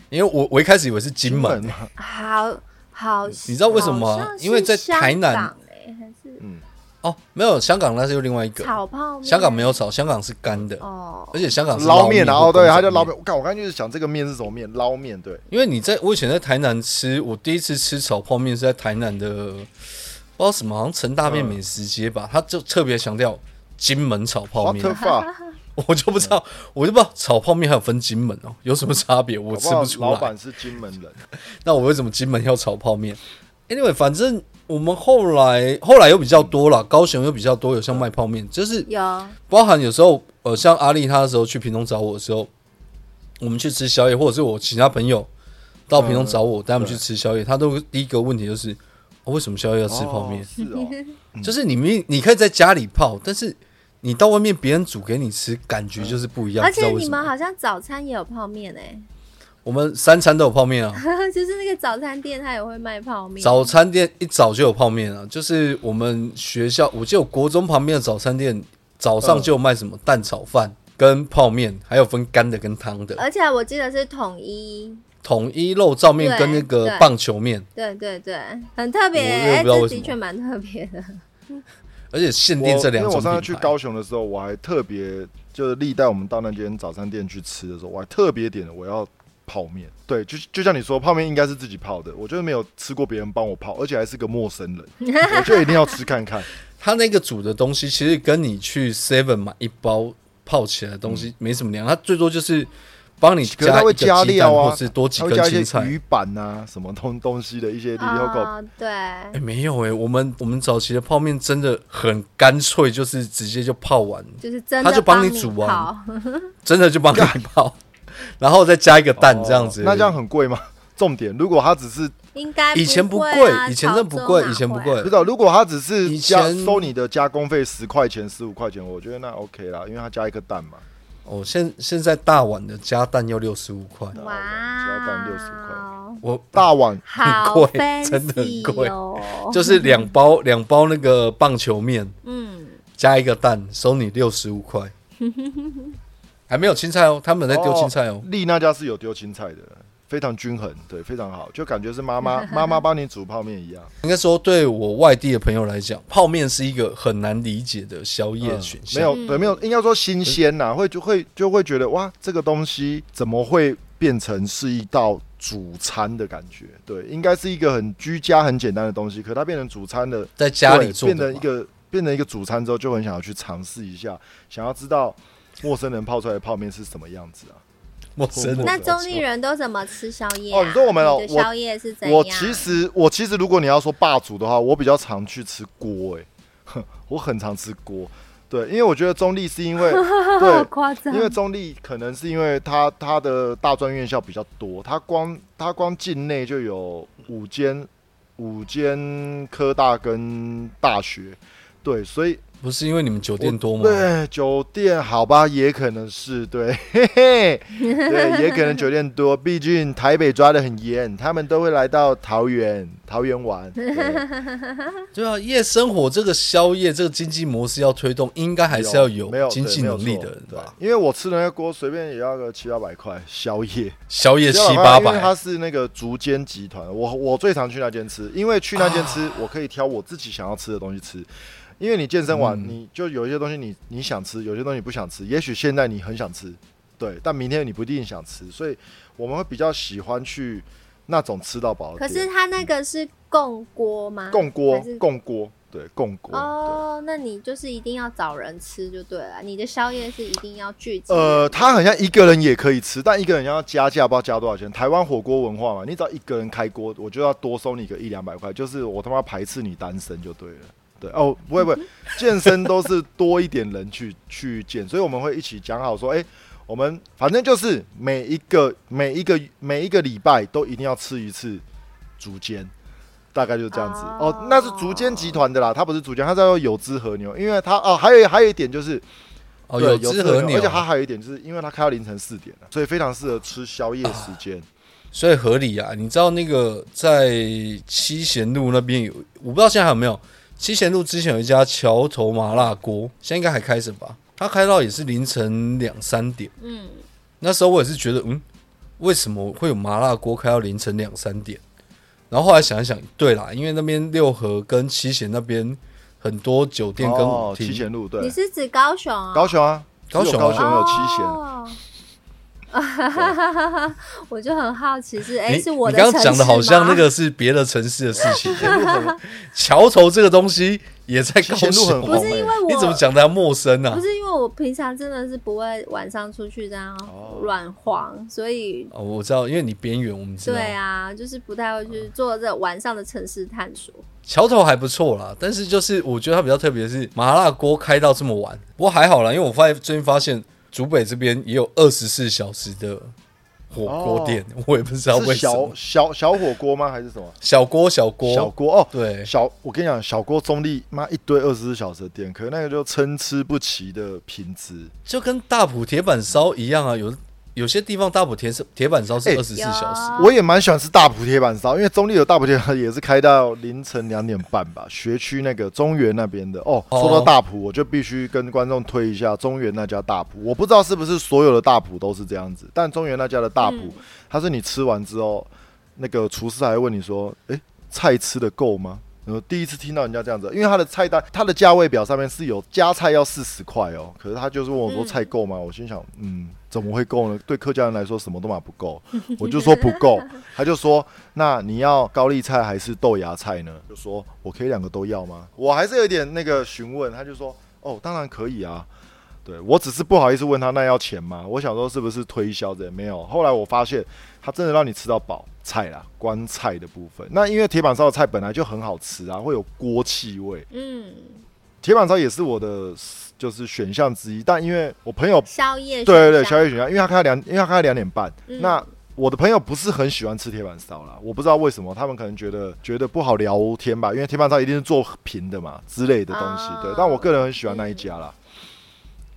S1: 因为我我一开始以为是金
S2: 金
S1: 门，
S2: 门嘛，
S3: 好好，你
S1: 知道为什么吗因为在台南
S3: 哎，还是
S2: 嗯，
S1: 哦，没有香港那是又另外一个，
S3: 炒泡面，
S1: 香港没有炒，香港是干的，
S3: 哦，
S1: 而且香港是
S2: 捞面啊，
S1: 或
S2: 哦，对，
S1: 公仔
S2: 他叫捞面。我看我刚刚就是想这个面是什么面，捞面对。
S1: 因为你在我以前在台南吃，我第一次吃炒泡面是在台南的，不知道什么，好像陈大便美食街吧，他就特别强调金门炒泡
S2: What
S1: 面
S2: the，fuck？
S1: 我就不知道，我就不知道炒泡面还有分金门哦，有什么差别？我
S2: 我
S1: 吃不出
S2: 老
S1: 来。
S2: 板是金门人，
S1: 那我为什么金门要炒泡面？Anyway，反正我们后来后来又比较多了，高雄又比较多，有像卖泡面，就是
S3: 有
S1: 包含有时候呃，像阿丽她的时候去屏东找我的时候，我们去吃宵夜，或者是我其他朋友到屏东找我，带他们去吃宵夜，他都第一个问题就是、 哦为什么宵夜要吃泡面？
S2: 哦是哦，
S1: 就是你明你可以在家里泡，但是你到外面别人煮给你吃，感觉就是不一样。
S3: 而
S1: 不知道
S3: 且
S1: 为
S3: 你
S1: 什
S3: 们
S1: 么？
S3: 好像早餐也有泡面哎、
S1: 我们三餐都有泡面啊，
S3: 就是那个早餐店它也会卖泡面。
S1: 早餐店一早就有泡面啊，就是我们学校，我记得我国中旁边的早餐店早上就有卖什么蛋炒饭跟泡面，还有分干的跟汤的，
S3: 而且我记得是统一，
S1: 统一肉燥面跟那
S3: 对
S1: 个
S3: 对
S1: 棒球面，
S3: 对对对，很特别、
S1: 我
S3: 欸，
S1: 也不知道
S3: 这
S1: 为什
S3: 的
S1: 么
S3: 确蛮特别 的。
S1: 而且限
S2: 我
S1: 定这两
S2: 因为
S1: 种
S2: 我
S1: 品
S2: 上
S1: 牌
S2: 次。去高雄的时候，我还特别就是历代我们到那间早餐店去吃的时候，我还特别点了我要泡面。对，就就像你说，泡面应该是自己泡的，我就是没有吃过别人帮我泡，而且还是个陌生 人，我就一定要吃看看。
S1: 他那个煮的东西，其实跟你去 Seven 买一包泡起来的东西没什么两样，它最多就是帮你
S2: 嗯可是
S1: 加
S2: 他
S1: 一个
S2: 会
S1: 鸡
S2: 加
S1: 蛋，
S2: 料啊，
S1: 或是多几
S2: 他会
S1: 根
S2: 加
S1: 青
S2: 一些
S1: 菜。
S2: 鱼板啊，什么东东西的一些 l i l
S3: 哦，对，
S1: 哎、没有哎、我们我们早期的泡面真的很干脆，就是直接就泡完，
S3: 就是真的
S1: 他就帮你煮啊完
S3: 完。
S1: 真的就帮你泡， 然后再加一个蛋这样子。
S2: 哦那这样很贵吗？重点，如果他只是
S3: 应该
S1: 以前不
S3: 不
S1: 贵
S3: 会啊，
S1: 以前
S3: 潮
S1: 真的不
S3: 州
S1: 贵
S3: 哪
S1: 以前不
S3: 会
S1: 贵
S3: 啊
S2: 不知道，如果他只是
S1: 呃以
S2: 加
S1: 前
S2: 收你的加工费十块钱、十五块钱，我觉得那 OK 啦，因为他加一颗蛋嘛，
S1: 哦，现现在大碗的加蛋要六十五块，
S2: 嗯
S3: 哇
S2: 只要赚65块
S3: 哦，
S1: 我
S2: 大碗
S3: 好
S1: 很贵
S3: fancy
S1: 真的很贵
S3: 哦。
S1: 就是两包两包那个棒球面
S3: 嗯，
S1: 加一个蛋，收你六十五 块，还没有青菜哦，他们有在丢青菜哦。
S2: 丽那家是有丢青菜的，非常均衡，对，非常好，就感觉是妈妈妈妈帮你煮泡面一样。
S1: 应该说，对我外地的朋友来讲，泡面是一个很难理解的宵夜
S2: 嗯
S1: 选
S2: 没
S1: 项。
S2: 有，对，没有，应该说新鲜呐，会就会就会觉得哇，这个东西怎么会变成是一道主餐的感觉？对，应该是一个很居家、很简单的东西，可它变成主餐的
S1: 在家里
S2: 对
S1: 做的
S2: 变
S1: 嘛
S2: 成一个变成一个主餐之后，就很想要去尝试一下，想要知道陌生人泡出来的泡面是什么样子啊。
S1: 陌生人
S3: 那
S2: 怎么
S3: 中立人都怎么吃宵夜、啊？
S2: 哦你说我们哦
S3: 你的
S2: 我
S3: 宵夜是怎样？
S2: 我其实我其实如果你要说霸主的话，我比较常去吃锅、欸，哼我很常吃锅。对，因为我觉得中立是因 为对
S3: 夸张
S2: 因为中立可能是因为它它的大专院校比较多，它光它光境内就有五间五间科大跟大学，对，所以
S1: 不是因为你们酒店多吗？
S2: 对酒店好吧，也可能是对， 嘿嘿，对，也可能酒店多， 毕竟台北抓的很严，他们都会来到桃园桃园 玩，对
S1: 对啊，夜生活这个宵夜这个经济模式要推动，应该还是要
S2: 没有
S1: 经济
S2: 对没有
S1: 能力
S2: 错
S1: 的人吧？
S2: 因为我吃的那个锅随便也要个七八百块宵夜。
S1: 宵夜七
S2: 七
S1: 八
S2: 因为
S1: 百
S2: 它，是那个竹间集团，我我最常去那间吃，因为去那间
S1: 啊
S2: 吃，我可以挑我自己想要吃的东西吃。因为你健身完，
S1: 嗯
S2: 你就有一些东西你你想吃，有些东西你不想吃。也许现在你很想吃，对，但明天你不一定想吃，所以我们会比较喜欢去那种吃到饱的
S3: 可
S2: 店。
S3: 是他那个是共锅吗？
S2: 共锅
S3: 还是，
S2: 共锅，对，共锅。对
S3: 哦，那你就是一定要找人吃就对了，你的宵夜是一定要聚集。
S2: 呃，他好像一个人也可以吃，但一个人要加价，不知道加多少钱。台湾火锅文化嘛，你只要一个人开锅，我就要多收你个一两百块，就是我他妈排斥你单身就对了。对哦，不会不会，健身都是多一点人去去健，所以我们会一起讲好说，哎、我们反正就是每一个每一个每一个礼拜都一定要吃一次竹间，大概就是这样子。
S3: 哦
S2: 哦，那是竹间集团的啦，它不是竹间，它叫有之和牛，因为它哦，还有还有一点就是
S1: 哦，
S2: 对，
S1: 知和
S2: 而
S1: 牛
S2: 且，它还有一点就是，因为它开到凌晨四点了，所以非常适合吃宵夜
S1: 啊
S2: 时间。
S1: 所以合理啊。你知道那个在七贤路那边有，我不知道现在还有没有。七贤路之前有一家桥头麻辣锅，现在应该还开着吧？它开到也是凌晨两三点。
S3: 嗯，
S1: 那时候我也是觉得，嗯，为什么会有麻辣锅开到凌晨两三点？然后后来想一想，对啦，因为那边六合跟七贤那边很多酒店跟舞
S2: 哦，
S1: 厅，
S2: 七贤路
S3: 你
S2: 对，
S3: 是指高雄啊？
S2: 高雄啊，
S1: 高雄啊
S2: 只有高雄有七贤，
S3: 哦 我就很好奇是，哎、
S1: 你
S3: 是我
S1: 你
S3: 的
S1: 刚
S3: 城市
S1: 刚
S3: 吗？
S1: 讲的好像那个是别的城市的事 情。桥头这个东西也在高
S2: 七贤路
S1: 雄，
S2: 很
S3: 不
S2: 红
S3: 是因为我
S1: 你怎么讲的陌生啊
S3: 不？是因为我平常真的是不会晚上出去这样
S2: 哦
S3: 乱晃，所以
S1: 哦，我知道，因为你边缘，我们知道。
S3: 对啊，就是不太会去做这晚上的城市探索。
S1: 桥头还不错啦，但是就是我觉得它比较特别的是麻辣锅开到这么晚，不过还好啦，因为我发现最近发现竹北这边也有二十四小时的火锅店，我也不知道为
S2: 哦是
S1: 什
S2: 小
S1: 么。
S2: 小小火锅吗？还是什么？
S1: 小锅小锅，
S2: 小锅哦，
S1: 对
S2: 小我跟你讲，小锅中立妈一堆二十四小时的店，可是那个就参差不齐的品质。
S1: 就跟大埔铁板烧一样啊，有有些地方大埔铁铁板烧是
S2: 哎
S1: 二十四小时，
S3: 有啊
S2: 我也蛮喜欢吃大埔铁板烧，因为中立有大埔铁板烧也是开到凌晨两点半吧， 学区那个中原那边的哦。
S1: 哦
S2: 说到大埔，我就必须跟观众推一下中原那家大埔。我不知道是不是所有的大埔都是这样子，但中原那家的大埔，它是你吃完之后，那个厨师还会问你说：“诶，菜吃的够吗？”然后第一次听到人家这样子，因为它的菜单、它的价位表上面是有加菜要四十块哦，可是他就是问我说
S3: 嗯
S2: 菜够吗？我心想，嗯，怎么会够呢？对客家人来说什么都嘛不够， 我就说不够， 他就说那你要高丽菜还是豆芽菜呢？就说我可以两个都要吗？我还是有点那个询问，他就说哦，当然可以啊。对我只是不好意思问他那要钱吗？我想说是不是推销的？没有。后来我发现他真的让你吃到饱菜啦，关菜的部分。那因为铁板烧的菜本来就很好吃啊，会有锅气味。
S3: 嗯，
S2: 铁板烧也是我的就是选项之一，但因为我朋友
S3: 宵夜
S2: 对对对，
S3: 选项
S2: 宵夜选项，因为他开到两，因为他开到两点半。
S3: 嗯
S2: 那我的朋友不是很喜欢吃铁板烧啦，我不知道为什么，他们可能觉得觉得不好聊天吧，因为铁板烧一定是做平的嘛之类的东西。
S3: 哦
S2: 对，但我个人很喜欢那一家啦，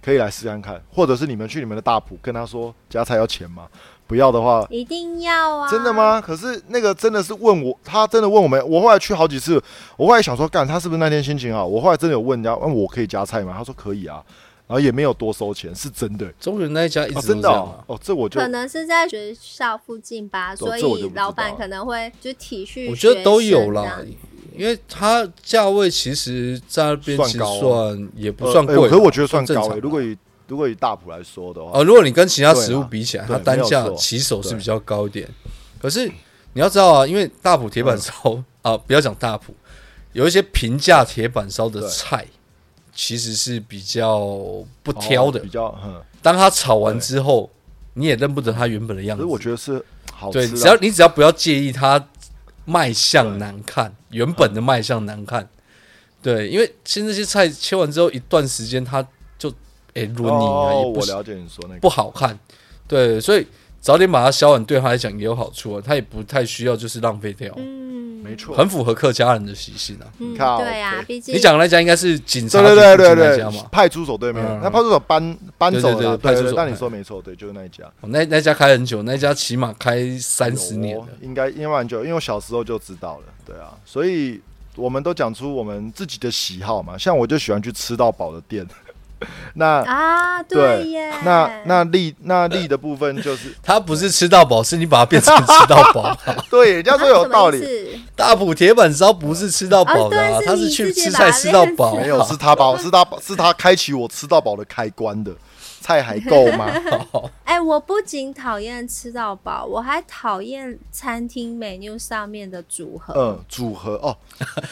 S2: 可以来试看看，或者是你们去你们的大埔跟他说加菜要钱吗？不要的话。
S3: 一定要啊，
S2: 真的？吗？可是那个真的是问我，他真的问我们，我后来去好几次，我后来想说，干他是不是那天心情好？我后来真的有问人家，问我可以加菜吗？他说可以啊，然后也没有多收钱，是真的、
S1: 中原那一家一
S2: 哦，
S1: 直都
S2: 真
S1: 这
S2: 的
S1: 样
S2: 哦
S1: 啊。，
S2: 哦这我就
S3: 可能是在学校附近吧，所
S2: 这我就
S3: 以
S2: 不知道
S3: 老板可能会就体恤，
S1: 我觉得都有啦，，因为它价位其实在那边其实
S2: 算高啊
S1: 算也不算
S2: 呃
S1: 贵吧、啊
S2: 哎可是我觉得算高
S1: 正
S2: 诶、
S1: 常吧
S2: 如果以如果以大埔来说的话，
S1: 哦，如果你跟其他食物
S2: 对啊
S1: 比起来，
S2: 对
S1: 它单价
S2: 没有错
S1: 起手是比较高一点。可是你要知道啊，因为大埔铁板烧、
S2: 嗯
S1: 啊，不要讲大埔，有一些平价铁板烧的
S2: 对
S1: 菜其实是比较不挑的。
S2: 哦比较，嗯，
S1: 当它炒完之后，你也认不得它原本的样
S2: 可
S1: 子。
S2: 是我觉得是好吃啊
S1: 对，
S2: 啦，
S1: 只要你只要不要介意它卖相难看，原本的卖相难看，对，因为其实那些菜切完之后一段时间，它就哎轮你啊，
S2: 哦，
S1: 也不
S2: 我
S1: 是
S2: 了解你说那个，
S1: 不好看，对，所以早点把它削完，对他来讲也有好处啊，他也不太需要就是浪费掉，
S3: 嗯，
S2: 没错，
S1: 很符合客家人的习性啊。
S3: 嗯，
S2: 靠
S3: 对啊
S2: 北，
S3: 毕竟
S1: 你讲的那家应该是警察
S2: 对对
S1: 局附
S2: 对
S1: 近
S2: 对
S1: 那家
S2: 对
S1: 嘛，，
S2: 派出所对面
S1: 嗯，
S2: 那派出所搬搬走
S1: 对对对
S2: 了啦，
S1: 派出所哎
S2: 但你说没错，对，就是那一家，
S1: 哦那那家开很久，那家起码开三十年
S2: 有哦
S1: 了。
S2: 应该应该蛮久，因为我小时候就知道了，对啊，所以我们都讲出我们自己的喜好嘛，像我就喜欢去吃到饱的店， 那
S3: 啊，
S2: 对
S3: 耶，
S2: 那那利那利的部分就是
S1: 他不是吃到饱，是你把它变成吃到饱。啊
S2: 对，
S3: 啊
S2: 人家说有道理，
S3: 理，
S1: 大埔铁板烧不是吃到饱的、
S3: 哦
S1: 啊，
S3: 对
S1: 他
S3: 是你
S1: 去
S3: 自己
S1: 吃
S3: 把
S1: 菜
S3: 它
S1: 吃到
S3: 变
S1: 饱。
S2: 没 有，是他把我是他是他开启我吃到饱的开关的。菜还够 吗？
S3: 哎，我不仅讨厌吃到饱，我还讨厌餐厅 menu 上面的组合。
S2: 嗯，组合哦，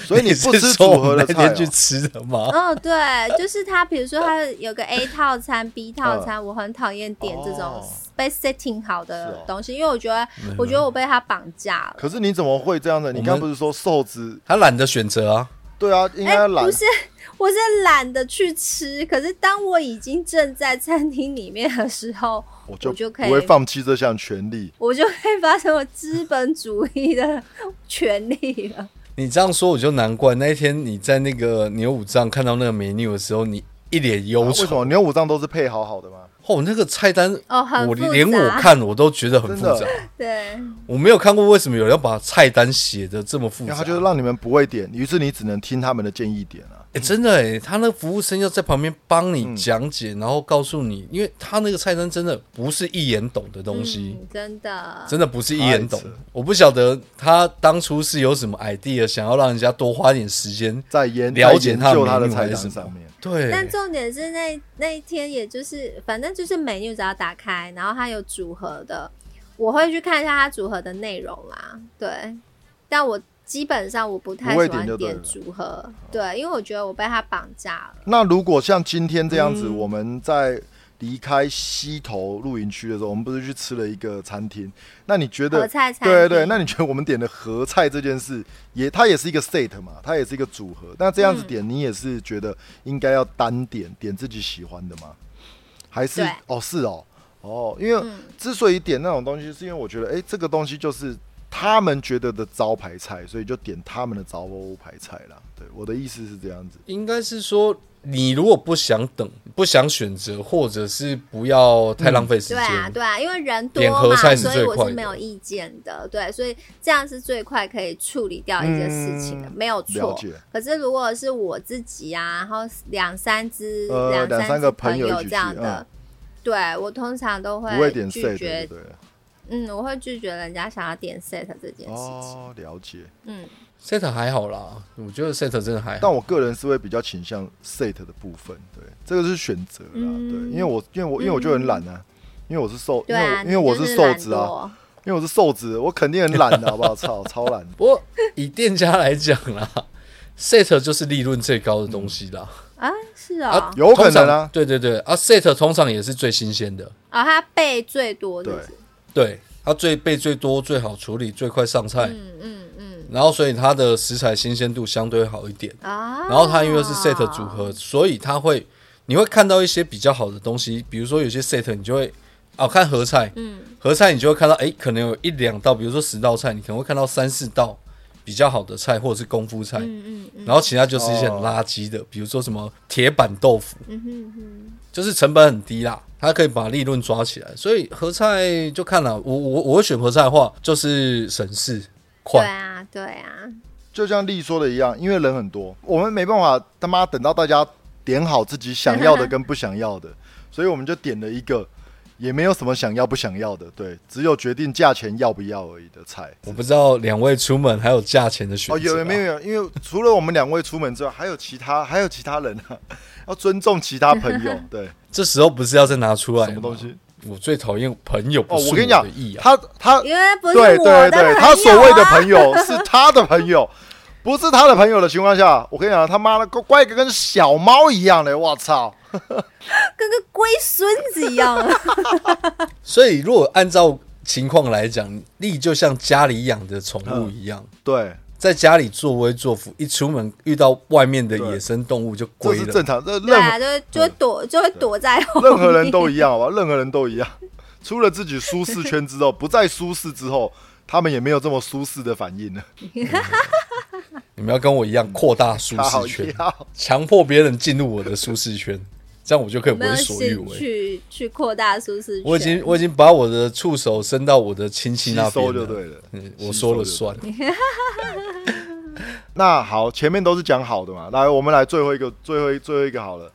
S2: 所以你
S1: 是
S2: 不吃
S1: 说
S2: 组
S1: 我
S2: 合
S1: 们那
S2: 的菜、
S1: 天去，
S2: 哦
S1: 吃的吗？
S3: 嗯、对，就是他，比如说他有个 A 套餐、B 套餐，我很讨厌点这种
S2: 嗯哦
S3: 被 setting 好的
S2: 是哦
S3: 东西，因为我觉得，我觉得我被他绑架了。
S2: 可是你怎么会这样子？你刚
S1: 我们
S2: 不是说瘦子？
S1: 他懒得选择啊，
S2: 对啊，应该懒
S3: 哎不。是，我是懒得去吃。可是当我已经正在餐厅里面的时候，
S2: 我
S3: 我就可以
S2: 不会放弃这项权利。
S3: 我就会发生我资本主义的权利了。
S1: 你这样说我就难怪那一天你在那个牛五藏看到那个 menu 的时候，你一脸忧
S2: 啊为什
S1: 愁。
S2: 么牛五脏都是配好好的吗？
S1: 哦，那个菜单
S3: 哦很
S1: 我
S3: 复杂
S1: 连我看我都觉得很复杂
S2: 真。
S3: 对，
S1: 我没有看过为什么有人要把菜单写的这么复
S2: 因
S1: 杂。
S2: 为他就是让你们不会点，于是你只能听他们的建议点啊。
S1: 哎、真的哎、他那个服务生要在旁边帮
S2: 嗯
S1: 你讲解，然后告诉你，因为他那个菜单真的不是一眼懂的东西。
S3: 嗯、真的，
S1: 真的不是一眼懂
S2: 太扯，
S1: 我不晓得他当初是有什么 idea，想要让人家多花点时间
S2: 在研
S1: 了
S2: 在
S1: 解
S2: 研
S1: 他
S2: 究
S1: 的
S2: 他的
S1: menu
S2: 菜
S1: 还是
S2: 单
S1: 什么
S2: 上面。
S1: 对，
S3: 但重点是那那一天，也就是反正就是 menu 只要打开，然后它有组合的，我会去看一下它组合的内容啦。对，但我基本上我不太
S2: 不会点就对了哦
S3: 喜欢点组合，对，因为我觉得我被它绑架了。
S2: 那如果像今天这样
S3: 嗯
S2: 子，我们在离开西头露营区的时候，我们不是去吃了一个餐厅？那你觉得
S3: 合菜餐
S2: 对对，
S3: 厅
S2: 那你觉得我们点的合菜这件事，也它也是一个 set 嘛，它也是一个组合。那这样子点，你也是觉得应该要单点点自己喜欢的吗？还是
S3: 对
S2: 哦是哦哦，因为
S3: 嗯
S2: 之所以点那种东西，是因为我觉得，哎、这个东西就是他们觉得的招牌菜，所以就点他们的招牌菜啦。对，我的意思是这样子。
S1: 应该是说，你如果不想等、不想选择，或者是不要太浪费时
S3: 对
S1: 间，
S3: 啊，对啊，因为人多
S1: 点合
S3: 嘛，
S1: 菜是
S3: 所以
S1: 最
S3: 我
S1: 快
S3: 是
S1: 的
S3: 没有意见的。对，所以这样是最快可以处理掉一件事情的，
S2: 嗯
S3: 没有
S2: 了
S3: 错
S2: 解。
S3: 可是如果是我自己啊，然后两三只、
S2: 呃两
S3: 两
S2: 三
S3: 三
S2: 个
S3: 只
S2: 朋
S3: 朋
S2: 友一起去
S3: 这样的，
S2: 嗯
S3: 对我通常都
S2: 不会点
S3: 拒
S2: set
S3: 绝
S2: 对不对？
S3: 嗯，我会拒绝人家想要点 set 这件事情。
S2: 哦，了解。
S3: 嗯，
S1: set 还好啦，我觉得 set 真的还好。
S2: 但我个人是会比较倾向 set 的部分，对，这个是选择啦，
S3: 嗯
S2: 对，因为我因为我因为我就很懒啊，因为我是瘦，因
S3: 对
S2: 为
S3: 啊，
S2: 我因为我
S3: 你就是是
S2: 瘦
S3: 懒
S2: 子啊，
S3: 惰。
S2: 因为我是瘦子，我肯定很懒啊 的，好不好？操，超懒。
S1: 不过以店家来讲啦，set 就是利润最高的东西啦。
S3: 啊，是哦，
S1: 啊，
S2: 有可能
S1: 通
S2: 啊
S1: 常对对对，啊，set 通常也是最新鲜的，
S3: 哦，他背最多
S2: 对
S3: 的，
S1: 对，它最备最多、最好处理、最快上菜，
S3: 嗯嗯嗯，
S1: 然后所以它的食材新鲜度相对好一点。
S3: 啊，
S1: 然后它因为是 set 组合，所以它会你会看到一些比较好的东西，比如说有些 set 你就会哦看合菜，
S3: 嗯，
S1: 合菜你就会看到诶，可能有一两道，比如说十道菜，你可能会看到三四道比较好的菜或者是功夫菜，
S3: 嗯嗯嗯哦
S1: 然后其他就是一些很垃圾的，比如说什么铁板豆腐，
S3: 嗯哼嗯哼，
S1: 就是成本很低啦，它可以把利润抓起来，所以合菜就看了，我我我会选合菜的话就是省事
S3: 对
S1: 快，
S3: 啊对啊，
S2: 就像丽说的一样，因为人很多，我们没办法他妈等到大家点好自己想要的跟不想要的， 所以我们就点了一个也没有什么想要不想要的，对，只有决定价钱要不要而已的菜。
S1: 我不知道两位出门还有价钱的选择、
S2: 哦，有有没有？有？因为除了我们两位出门之外，还有其他还有其他人啊， 要尊重其他朋 友。对，
S1: 这时候不是要再拿出来
S2: 什么
S1: 吗
S2: 东西？
S1: 我最讨厌朋友不
S2: 哦，
S1: 顺
S2: 我跟你
S1: 的
S2: 讲
S1: 意，啊！
S2: 他他
S3: 因为不是
S2: 对
S3: 我的
S2: 对对，他所谓的
S3: 朋啊
S2: 朋友是他的朋友， 不是他的朋友的情况下，我跟你讲，他妈的乖乖的跟小猫一样的，我操！
S3: 友跟个龟孙子一样，啊
S1: 所以如果按照情况来讲，丽就像家里养的宠物一样，
S2: 对，
S1: 在家里作威作福，一出门遇到外面的野生动物就
S2: 这
S1: 归
S2: 是
S1: 了
S2: 正。常，这
S3: 对
S2: 任何
S3: 啊，就会就会躲就会躲在后 面
S2: 任何人都一样，好吧？任何人都一样，出了自己舒适圈之后，不再舒适之后，他们也没有这么舒适的反应了。
S1: 你们要跟我一样扩大舒
S2: 他嗯好
S1: 适圈，
S2: 要。
S1: 强迫别人进入我的舒适圈，这样我就可以
S3: 没有
S1: 为所欲
S3: 兴
S1: 为。
S3: 趣去扩大舒适圈。
S1: 我已经我已经把我的触手伸到我的亲戚
S2: 吸
S1: 那边
S2: 收
S1: 了，
S2: 就对了，
S1: 嗯，
S2: 吸收
S1: 我说了
S2: 就对
S1: 算。
S2: 那好，前面都是讲好的嘛，来，我们来最后一个，最后一最后一个好了。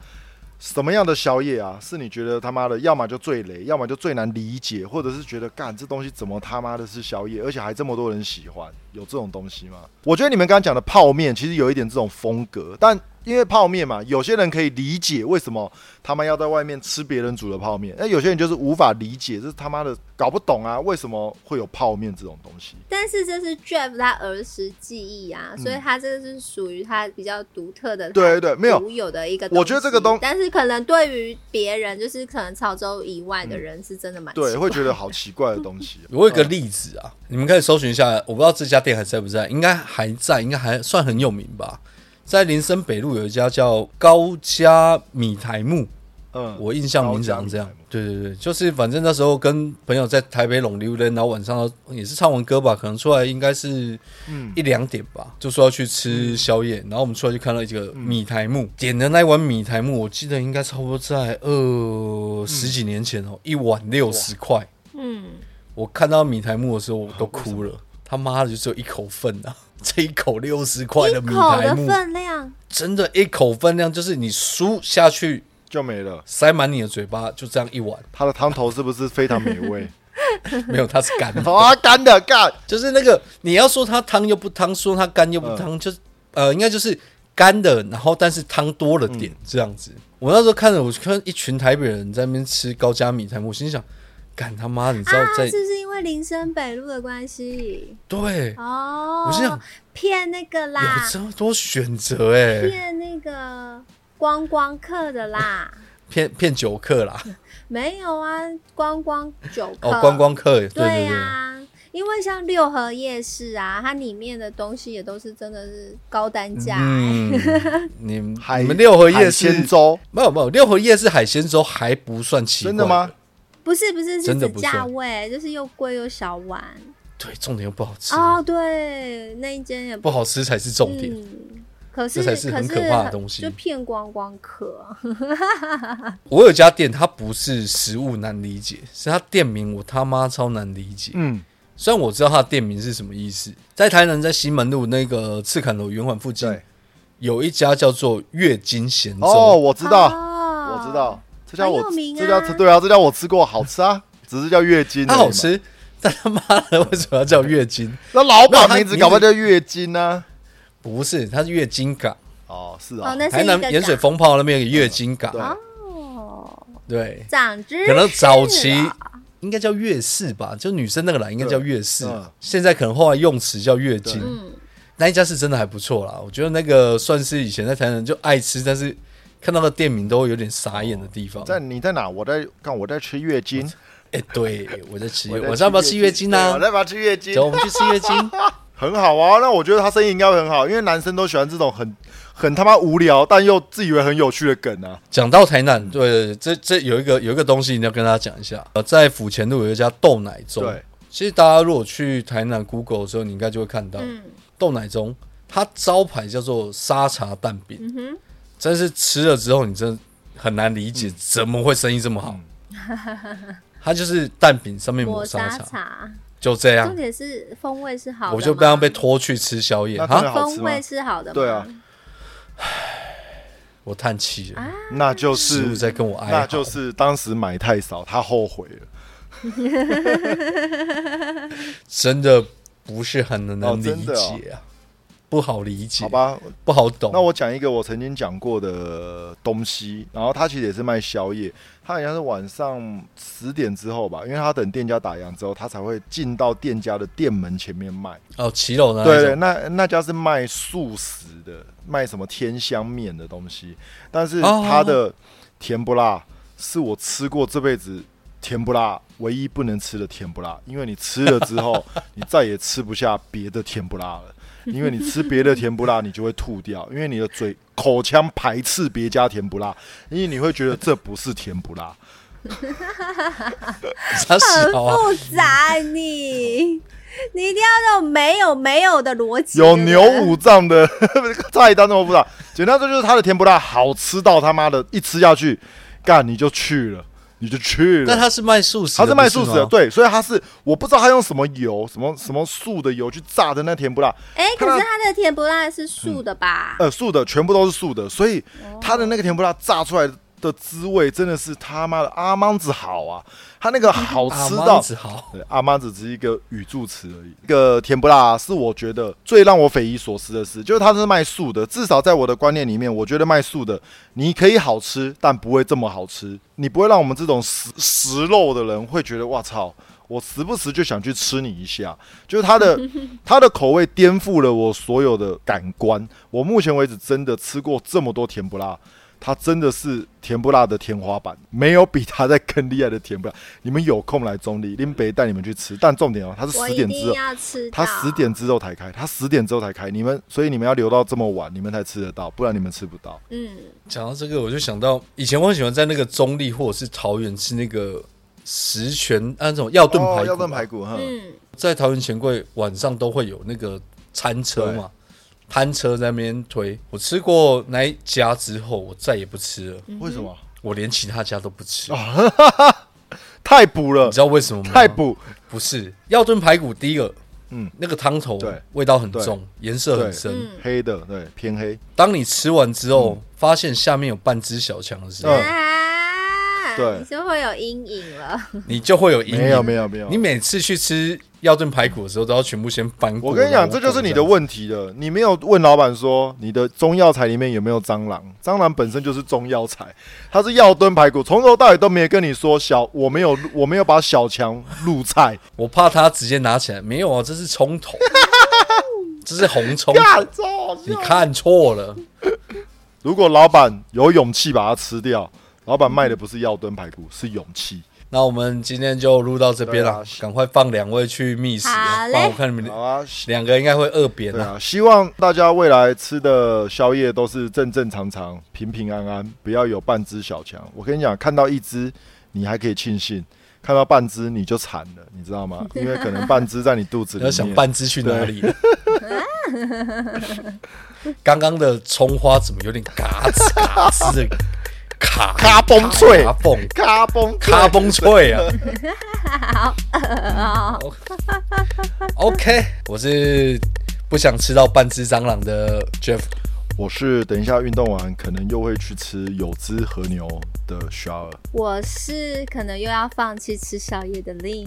S2: 什么样的宵夜啊，是你觉得他妈的，要么就最雷，要么就最难理解，或者是觉得干这东西怎么他妈的是宵夜，而且还这么多人喜欢，有这种东西吗？我觉得你们刚刚讲的泡面，其实有一点这种风格，但因为泡面嘛，有些人可以理解为什么他们要在外面吃别人煮的泡面，那哎有些人就是无法理解，这是他妈的搞不懂啊，为什么会有泡面这种东西？
S3: 但是这是 Jeff 他儿时记忆啊，所以他这个是属于他比较独特的，
S2: 嗯对对没有
S3: 独有的一个。
S2: 我觉得这个东
S3: 但是可能对于别人，就是可能潮州以外的人是真的蛮
S2: 嗯
S3: 奇
S2: 对，
S3: 怪
S2: 会觉得好奇怪的东西。
S1: 我有一个例子啊，你们可以搜寻一下，我不知道这家店还在不在，应该还在，应该还算很有名吧。在林森北路有一家叫高家米台木，
S2: 嗯，
S1: 我印象名字好像这样
S2: 高家米台木。
S1: 对对对，就是反正那时候跟朋友在台北拢溜达，然后晚上也是唱完歌吧，可能出来应该是
S2: 嗯
S1: 一两点吧，就说要去吃宵夜，然后我们出来就看到一
S2: 嗯
S1: 个米台木，点的那一碗米台木，我记得应该差不多在二十几年前哦，一碗六十块。
S3: 嗯，
S1: 我看到米苔木的时候，我都哭了。他妈的，就只有一口份啊！ 这一口六十块
S3: 一
S1: 的米
S3: 口
S1: 苔
S3: 的
S1: 木，
S3: 分量，
S1: 真的，一口分量就是你输下去，
S2: 就没了。
S1: 塞满你的嘴巴，就这样一 碗。
S2: 它的汤头是不是非常美 味？
S1: 没有，它是干的，
S2: 好啊，干的干，
S1: 就是那个你要说它汤又不汤，说它干又不
S3: 嗯
S1: 汤，就是呃，应该就是干的，然后但是汤多了点、这样子。我那时候看着，我看一群台北人在那边吃高加米苔木，我心想，干他妈，你知道
S3: 啊，
S1: 在、
S3: 是不是因为林森北路的关系？
S1: 对，
S3: 哦，
S1: 我是想
S3: 骗那个啦
S1: 有，这么多选择哎、
S3: 骗那个观光客的啦。
S1: 骗骗酒客啦。
S3: 没有啊，观光酒客，
S1: 哦，观光客，对
S3: 嗯对
S1: 对
S3: 呀、因为像六合夜市啊，它里面的东西也都是真的是高单价、
S1: 嗯，你们
S2: 海
S1: 你们六合夜
S2: 海鲜
S1: 市
S2: 粥
S1: 没有没有，六合夜市海鲜粥还不算奇怪，
S2: 真的吗？？
S3: 不是不是，是
S1: 真的
S3: 指
S1: 不
S3: 价
S1: 算
S3: 位，就是又贵又小碗。
S1: 对，重点又不好吃，
S3: 哦，对，那一间也
S1: 不好吃才是重点。
S3: 嗯，可
S1: 这
S3: 是
S1: 才是很
S3: 可
S1: 可怕的东西
S3: 就骗观光客。
S1: 我有一家店，它不是食物难理解，是它店名我他妈超难理解。
S2: 嗯，
S1: 虽然我知道它的店名是什么意思，在台南在西门路那个赤坎楼圆环附近
S2: 对，
S1: 有一家叫做月经咸粥。
S2: 哦，我知道，
S3: 哦
S2: 我知道，这家
S3: 很
S2: 我、
S3: 有名
S2: 这家
S3: 啊
S2: 对啊，这家我吃过，好吃啊，只是叫月经，
S1: 它好，吃，但他妈的为什么要叫月经？
S2: 那老
S1: 没有
S2: 板
S1: 它
S2: 名字
S1: 名
S2: 搞不好
S1: 字
S2: 叫月经呢、
S1: 不是，它是月经港，
S2: 哦，是
S3: 哦
S2: 啊，，
S3: 那是啊
S1: 台
S3: 一个
S1: 南
S3: 港
S1: 盐水风炮那边有个月经港。
S2: 对
S3: 哦，
S1: 对，
S3: 长知
S1: 可能早期
S3: 识了
S1: 应该叫月事吧，就女生那个栏应该叫月事
S2: 嗯，
S1: 现在可能后来用词叫月经。
S3: 嗯，
S1: 那一家是真的还不错啦，我觉得那个算是以前在台南就爱吃，但是看到的店名都会有点傻眼的地方。
S2: 在你在哪？我在看我在吃月经，
S1: 哎、对我在吃，
S2: 在
S1: 晚上要不要吃月经
S2: 对
S1: 呢
S2: 我、在把它吃月经，
S1: 走，我们去吃月经。
S2: 很好啊。那我觉得他生意应该会很好，因为男生都喜欢这种很很他妈无聊但又自以为很有趣的梗啊。
S1: 讲到台南，对，这这有一个有一个东西，你要跟大家讲一下。呃，在府前路有一家豆奶盅，
S2: 对，
S1: 其实大家如果去台南 Google 的时候，你应该就会看到、
S3: 嗯
S1: 豆奶盅，它招牌叫做沙茶蛋饼，
S3: 嗯哼，
S1: 真是吃了之后，你真的很难理
S2: 嗯
S1: 解怎么会生意这么好。 它就是蛋饼上面抹
S3: 抹
S1: 沙
S3: 沙
S1: 茶，
S3: 茶，
S1: 就这
S3: 重
S1: 样。
S3: 点是风味是好的吗，
S1: 我就刚刚被拖去吃宵夜
S2: 那真
S1: 哈，
S2: 的好吃
S3: 风
S2: 吗
S3: 味？是好的吗，
S2: 对啊
S1: 我叹气
S3: 啊
S1: 了，
S2: 那就
S1: 食物
S2: 是
S1: 在跟我哀嚎。
S2: 那就是当时买太少，他后悔了。
S1: 真的不是很能能
S2: 哦
S1: 理
S2: 真的哦
S1: 解啊，不好理解，
S2: 好，吧，
S1: 不好懂。
S2: 那我讲一个我曾经讲过的东西，然后他其实也是卖宵夜，他好像是晚上十点之后吧，因为他等店家打烊之后，他才会进到店家的店门前面卖。
S1: 哦，骑楼的那
S2: 对
S1: 一
S2: 对，
S1: 种，
S2: 那那家是卖素食的，卖什么天香面的东西，但是
S1: 哦
S2: 它的甜不辣是我吃过这辈子甜不辣唯一不能吃的甜不辣，因为你吃了 之后，你再也吃不下别的甜不辣了。因为你吃别的甜不辣，你就会吐掉，因为你的嘴口腔排斥别家甜不辣，因为你会觉得这不是甜不辣。
S1: 他
S3: 很
S1: 小啊，
S3: 复杂， 你你一定要那种没有没有的逻辑，
S2: 有
S3: 对不
S2: 牛
S3: 对
S2: 五脏的 菜单都不知道，简单说就是它的甜不辣好吃到他妈的，一吃下去，干你就去了，你就去
S1: 但
S2: 了。
S1: 他是卖素食的，
S2: 它是卖素食
S1: 不啊
S2: 的，
S1: 吗，
S2: 对，所以它是我不知道它用什么油，什么什么素的油去炸的那甜不辣，
S3: 哎，
S2: 它
S3: 可
S2: 那
S3: 是它的甜不辣是素的吧？
S2: 呃，素的全部都是素的，所以它的那个甜不辣炸出来的滋味真的是他妈的阿芒子好啊，它那个好
S1: 阿
S2: 吃
S1: 妈
S2: 到
S1: 啊子好，
S2: 对，阿妈只是一个语助词而已。这个甜不辣是我觉得最让我匪夷所思的事，就是它是卖素的，至少在我的观念里面，我觉得卖素的你可以好吃，但不会这么好吃，你不会让我们这种食食肉的人会觉得哇操。我时不时就想去吃你一下，就是它的它的口味颠覆了我所有的感官。我目前为止真的吃过这么多甜不辣，它真的是甜不辣的天花板，没有比它在更厉害的甜不辣。你们有空来中立，林北带你们去吃，但重点哦，它是
S3: 我
S2: 十
S3: 一
S2: 点之
S3: 定
S2: 后，
S3: 要吃到。
S2: 它十点之后才开，它十点之后才开，你们所以你们要留到这么晚，你们才吃得到，不然你们吃不到。
S3: 嗯，
S1: 讲到这个，我就想到以前我很喜欢在那个中立或者是桃园吃那个十全啊那种药炖排
S2: 哦
S1: 骨，
S2: 要炖排骨，哈，
S3: 嗯，
S1: 在桃园钱柜晚上都会有那个餐车嘛，摊车在那边推。我吃过那一家之后，我再也不吃了，
S2: 为什么？
S1: 我连其他家都不吃。
S2: 太补了
S1: 你知，道为什么吗？
S2: 哦太补，
S1: 不是药炖排骨，第一个，
S2: 嗯
S1: 嗯，那个汤头
S2: 对
S1: 味道很
S2: 对
S1: 重，颜色
S2: 对
S1: 很深。
S2: 黑的，对，偏黑，
S1: 当你吃完之后，发现下面有半只小强的时候，
S2: 嗯
S3: 啊，
S2: 对
S3: 你就会有阴影了。
S1: 你就会有阴影。
S2: 没有没有没有
S1: 你。每次去吃药炖排骨的时候，都要全部先翻过。
S2: 我跟你讲，
S1: 然后
S2: 这就是你的
S1: 过样。
S2: 问题了。你没有问老板说你的中药材里面有没有蟑螂，蟑螂本身就是中药材，它是药炖排骨，从头到尾都没有跟你说小，我没有我没有把小强入菜，
S1: 我怕他直接拿起来，没有啊，这是葱头，这是红葱头，
S2: 干，超好笑
S1: 你看错了。
S2: 如果老板有勇气把它吃掉，老板卖的不是药炖排骨，是勇气。
S1: 那我们今天就录到这边
S2: 对
S1: 了
S2: 啊，
S1: 赶快放两位去觅食啊，
S3: 好嘞
S1: 不然我看你们
S2: 好啊，
S1: 两个应该会饿扁
S2: 对
S1: 啊。
S2: 啊，希望大家未来吃的宵夜都是正正常常、平平安安，不要有半只小强。我跟你讲，看到一只你还可以庆幸，看到半只你就惨了，你知道吗？因为可能半只在你肚子里
S1: 要
S2: 面。
S1: 想半只去哪里？ 刚刚的葱花怎么有点嘎吱嘎吱的卡
S2: 咔嘣脆
S1: 卡嘣
S2: 咔嘣
S1: 卡嘣脆啊！好 OK，我是不想吃到半只蟑螂的 Jeff。
S2: 我是等一下运动完可能又会去吃有汁和牛的 s h o
S3: 我是可能又要放弃吃宵夜的令，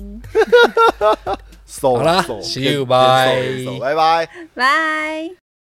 S2: 瘦
S1: 好啦
S2: 瘦
S1: see you，
S2: 变变瘦变瘦
S1: bye
S2: 拜拜。
S3: 拜。